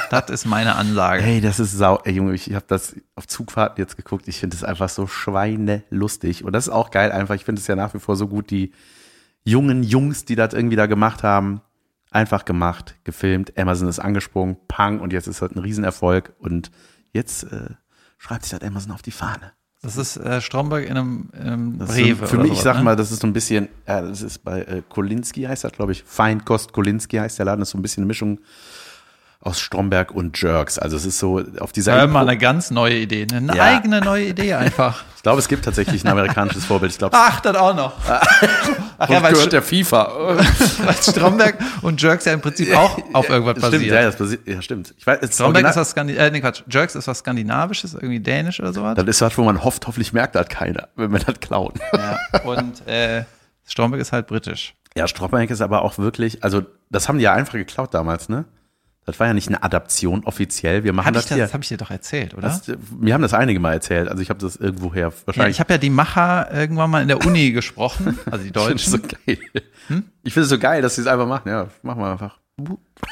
das ist meine Ansage.
Ey, das ist sau. Ey, Junge, ich habe das auf Zugfahrten jetzt geguckt. Ich finde es einfach so schweinelustig. Und das ist auch geil einfach. Ich finde es ja nach wie vor so gut, die jungen Jungs, die das irgendwie da gemacht haben. Einfach gemacht, gefilmt. Amazon ist angesprungen, pang. Und jetzt ist das ein Riesenerfolg. Und jetzt äh, schreibt sich das Amazon auf die Fahne.
Das ist äh, Stromberg in einem, in einem
Das ist
Rewe.
so, für
oder
mich, ich
sowas,
sag
ne?
mal, das ist so ein bisschen, ja, das ist bei äh, Kolinski heißt das, glaube ich. Feinkost Kolinski heißt der Laden. Das ist so ein bisschen eine Mischung aus Stromberg und Jerks. Also es ist so auf dieser
Da
Impro-
mal eine ganz neue Idee, eine
Ja.
eigene neue Idee einfach.
Ich glaube, es gibt tatsächlich ein amerikanisches Vorbild. Ich glaube,
Ach, das auch noch. Ach Ah, ja, weil,
der FIFA.
Sch- weil Stromberg und Jerks ja im Prinzip auch auf irgendwas
Stimmt,
basiert.
ja, das basiert, ja, stimmt. Ich weiß, es ist
Stromberg
original-
ist was Skandi äh, nee, Quatsch, Jerks ist was Skandinavisches, irgendwie Dänisch oder sowas.
das ist was, wo man hofft, hoffentlich merkt das keiner, wenn wir das klauen.
Ja. Und äh, Stromberg ist halt britisch.
Ja, Stromberg ist aber auch wirklich, also das haben die ja einfach geklaut damals, ne? Das war ja nicht eine Adaption offiziell. Wir machen
Hab ich
das,
das,
hier.
das habe ich dir doch erzählt, oder?
das, wir haben das einige Mal erzählt. Also ich habe das irgendwoher
ja,
wahrscheinlich.
ich habe ja die Macher irgendwann mal in der Uni gesprochen, also die
ich
Deutschen. Hm?
finde es so geil. Ich finde es so geil, dass sie es einfach machen. Ja, machen wir einfach.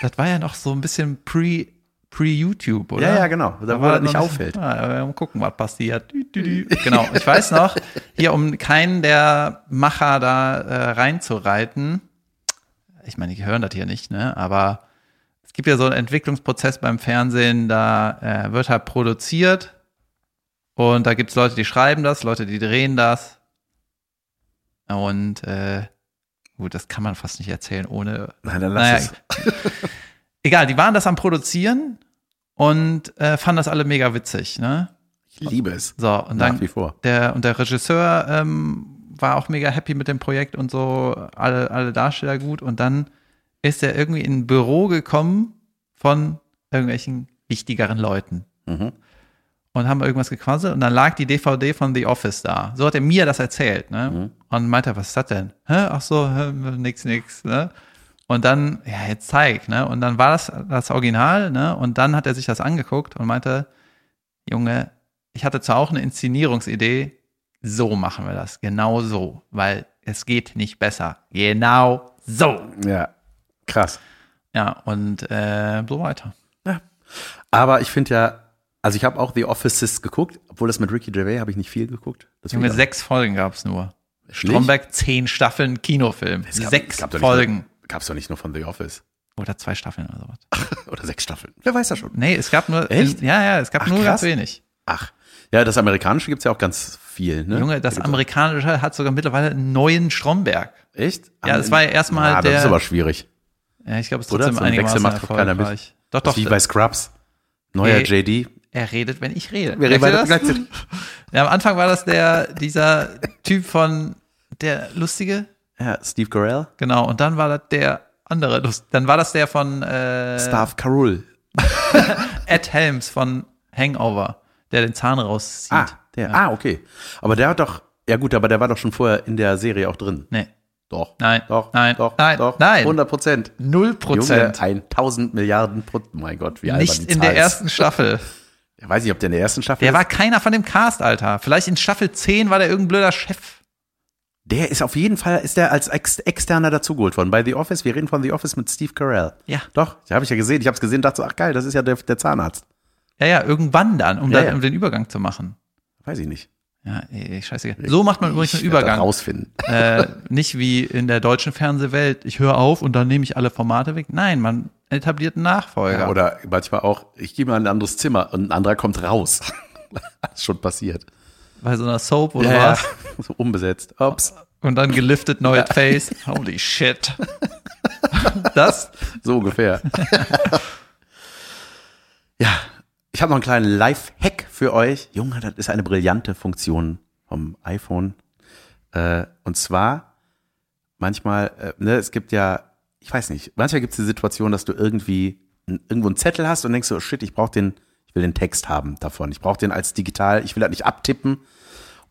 Das war ja noch so ein bisschen pre pre-YouTube, oder?
Ja, ja, genau. Da, wo das nicht auffällt.
Ah, mal gucken, was passiert. Dü, dü, dü. Genau, ich weiß noch, hier um keinen der Macher da äh, reinzureiten. Ich meine, die hören das hier nicht, ne? Aber es gibt ja so einen Entwicklungsprozess beim Fernsehen, da äh, wird halt produziert und da gibt es Leute, die schreiben das, Leute, die drehen das. Und äh, gut, das kann man fast nicht erzählen, ohne
Nein, dann
naja, egal, die waren das am Produzieren und äh, fanden das alle mega witzig, ne?
Ich liebe es.
So, und
Nach
dann
wie vor.
der, und der Regisseur ähm, war auch mega happy mit dem Projekt und so, alle, alle Darsteller gut. Und dann ist er irgendwie in ein Büro gekommen von irgendwelchen wichtigeren Leuten
Mhm.
und haben irgendwas gequasselt und dann lag die DVD von The Office da. So hat er mir das erzählt, ne?
Mhm.
Und meinte, was ist das denn? Hä? Ach so, hä, nix, nix, ne? Und dann, ja, jetzt zeig, ne? Und dann war das das Original, ne? Und dann hat er sich das angeguckt und meinte, Junge, ich hatte zwar auch eine Inszenierungsidee, so machen wir das, genau so, weil es geht nicht besser. Genau so.
Ja, krass.
Ja, und äh, so weiter.
Aber ich finde ja, also ich habe auch The Offices geguckt, obwohl das mit Ricky Gervais habe ich nicht viel geguckt. Das
Junge,
will ich
sechs Folgen gab's nur.
auch nicht.
Stromberg, zehn Staffeln Kinofilm.
Es gab-
sechs
es gab doch nicht
Folgen.
Nur, gab's doch nicht nur von The Office.
Oder zwei Staffeln oder sowas.
Oder sechs Staffeln. Wer weiß das schon.
Nee, es gab nur.
Echt?
ja, ja, es gab
Ach,
nur
krass.
ganz wenig.
Ach. Ja, das Amerikanische gibt's ja auch ganz viel, ne?
Junge, das
Da gibt's-
amerikanische hat sogar mittlerweile einen neuen Stromberg.
Echt?
Ja, das war ja erstmal
Ah, das
der-
ist aber schwierig.
Ja, ich glaube, es ist
Oder?
trotzdem
So einen
einigermaßen
Wechsel macht doch keiner mit.
erfolgreich. Doch, doch.
Wie bei Scrubs. Neuer
Nee.
JD.
Er redet, wenn ich rede.
Wir reden
Merkt ihr
weiter
das?
gleichzeitig.
Ja, am Anfang war das der, dieser Typ von der Lustige.
Ja, Steve Carell.
Genau. Und dann war das der andere Lust. Dann war das der von äh,
Starve Carol.
Ed Helms von Hangover, der den Zahn rauszieht.
Ah, der. Ah, okay. Aber der hat doch, ja gut, aber der war doch schon vorher in der Serie auch drin.
Nee.
Doch.
Nein.
Doch.
Nein.
Doch.
Nein.
Doch.
Nein.
100 Prozent.
Null Prozent.
Junge, 1000 Milliarden Prozent. Mein Gott, wie albern
Nicht
die
in
Zahl
der
ist.
ersten Staffel.
Ich weiß nicht, ob der in der ersten Staffel
Der
ist.
war keiner von dem Cast, Alter. Vielleicht in Staffel 10 war der irgendein blöder Chef.
Der ist auf jeden Fall, ist der als Ex externer dazugeholt worden. Bei The Office, wir reden von The Office mit Steve Carell.
Ja.
Doch, da habe ich ja gesehen, ich habe es gesehen, dachte so, ach geil, das ist ja der, der Zahnarzt.
Ja, ja, irgendwann dann, um,
Ja,
dann,
ja.
um den Übergang zu machen.
Weiß ich nicht.
Ja, ey, scheiße. So macht man übrigens einen
Ich werd das
Übergang.
rausfinden.
Äh, nicht wie in der deutschen Fernsehwelt, ich höre auf und dann nehme ich alle Formate weg. Nein, man etabliert einen Nachfolger.
Ja. Oder manchmal auch, ich gehe mal in ein anderes Zimmer und ein anderer kommt raus. das ist schon passiert.
Bei so einer Soap oder was.
So umbesetzt. Ups.
Und dann geliftet, neues Face. Holy shit. Das,
So ungefähr. ja, ich habe noch einen kleinen Live-Hack für euch. Junge, das ist eine brillante Funktion vom iPhone. Äh, und zwar manchmal, äh, ne, es gibt ja, ich weiß nicht, manchmal gibt es die Situation, dass du irgendwie n- irgendwo einen Zettel hast und denkst so, shit, ich brauche den, ich will den Text haben davon. Ich brauche den als digital, ich will das nicht abtippen.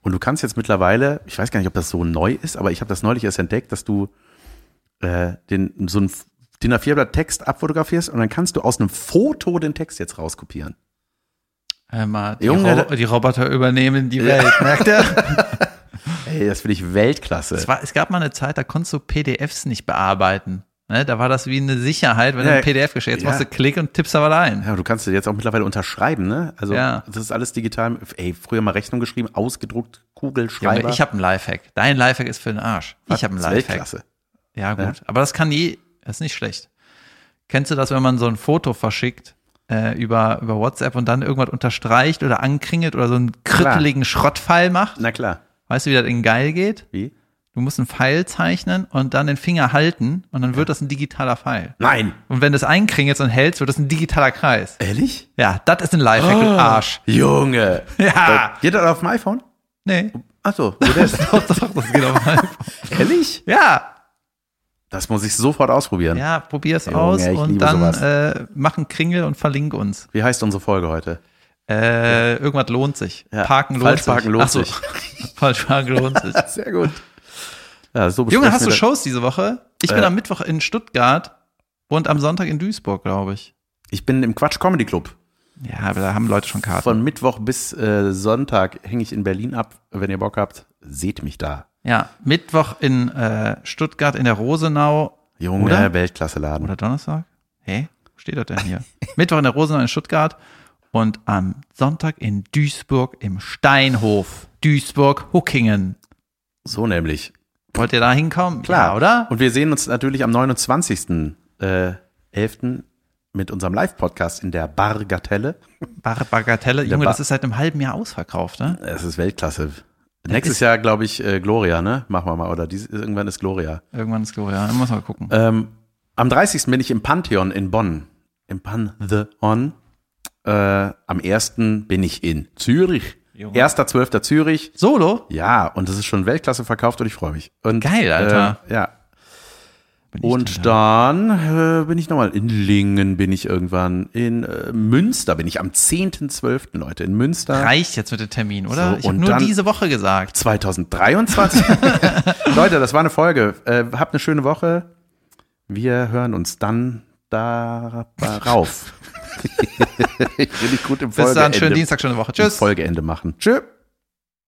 Und du kannst jetzt mittlerweile, ich weiß gar nicht, ob das so neu ist, aber ich habe das neulich erst entdeckt, dass du äh, den, so ein DIN A4-Blatt Text abfotografierst und dann kannst du aus einem Foto den Text jetzt rauskopieren.
Emma, die,
Junge,
Ro die Roboter übernehmen die Welt, merkt ihr?
Ey, das finde ich Weltklasse.
Es, war, es gab mal eine Zeit, da konntest du PDFs nicht bearbeiten. Ne? Da war das wie eine Sicherheit, wenn du
Ja,
ein PDF geschickt Jetzt
ja.
machst du Klick und tippst aber da ein.
ja, du kannst dir jetzt auch mittlerweile unterschreiben, ne? Also
Ja.
das ist alles digital. Ey, früher mal Rechnung geschrieben, ausgedruckt, Kugelschreiber.
Junge, ich habe einen Lifehack. Dein Lifehack ist für den Arsch. Ich habe einen
Das ist
Lifehack.
Weltklasse.
Ja, gut. Aber das kann je, das ist nicht schlecht. Kennst du das, wenn man so ein Foto verschickt äh, über, über WhatsApp und dann irgendwas unterstreicht oder ankringelt oder so einen kritteligen Schrottpfeil macht?
Na klar.
Weißt du, wie das in geil geht?
Wie?
Du musst einen Pfeil zeichnen und dann den Finger halten und dann wird das ein digitaler Pfeil.
Nein.
Und wenn du es einkringelst und hältst, wird das ein digitaler Kreis.
Ehrlich? Ah,
Ja, das ist ein Lifehack, du Arsch.
Junge.
Ja.
Äh, Geht das auf dem iPhone?
Nee.
Achso, wo der ist?
Doch, doch, das geht auf mein-
Ehrlich?
Ja,
Das muss ich sofort ausprobieren.
ja, probier's
Junge,
aus
ich
und
liebe
dann
sowas.
äh, mach einen Kringel und verlink uns.
Wie heißt unsere Folge heute?
Äh, irgendwas lohnt sich.
Ja,
Parken lohnt
Falschparken
sich.
lohnt
Ach so.
sich.
Falschparken lohnt sich.
Sehr gut. Ja, so
Junge,
besprechen
hast
wir
du
das.
Shows diese Woche? Ich bin
Äh.
am Mittwoch in Stuttgart und am Sonntag in Duisburg, glaube ich.
Ich bin im Quatsch Comedy Club.
Ja, aber da haben Leute schon Karten.
Von Mittwoch bis äh, Sonntag hänge ich in Berlin ab. Wenn ihr Bock habt, seht mich da.
ja, Mittwoch in äh, Stuttgart in der Rosenau
Junge,
Oder?
Weltklasse-Laden.
oder Donnerstag? Hä? Wo steht das denn hier? Mittwoch in der Rosenau in Stuttgart und am Sonntag in Duisburg im Steinhof. Duisburg Huckingen.
So nämlich.
Wollt ihr da hinkommen?
Klar,
ja, oder?
Und wir sehen uns natürlich am 29.11. Äh, 11. mit unserem Live-Podcast in der Bargatelle.
Bar Bagatelle. Junge,
Ba-
das ist seit einem halben Jahr ausverkauft, ne?
Es ist Weltklasse. Nächstes Jahr, glaube ich, äh, Gloria, ne? Machen wir mal. Oder dies, irgendwann ist Gloria.
Irgendwann ist Gloria. Dann muss man gucken.
Ähm, am 30. bin ich im Pantheon in Bonn. Im Pantheon. Äh, am 1. bin ich in Zürich.
Junge.
1.12. Zürich.
Solo?
Ja, und das ist schon Weltklasse verkauft und ich freue mich. Und,
Geil, Alter.
Äh, ja.
Bin ich
Und
denn
dann äh, bin ich nochmal in Lingen, bin ich irgendwann in äh, Münster, bin ich am 10.12. Leute in
da?
Münster.
Reicht jetzt mit dem Termin, oder?
So,
ich habe
und
nur
dann-
diese Woche gesagt.
2023. Leute, das war eine Folge. Äh, habt eine schöne Woche. Wir hören uns dann darauf. ich bin nicht gut im
Bis dann,
Folgeende,
schönen Dienstag, schöne Woche.
im
Tschüss.
Folgeende machen. Tschüss.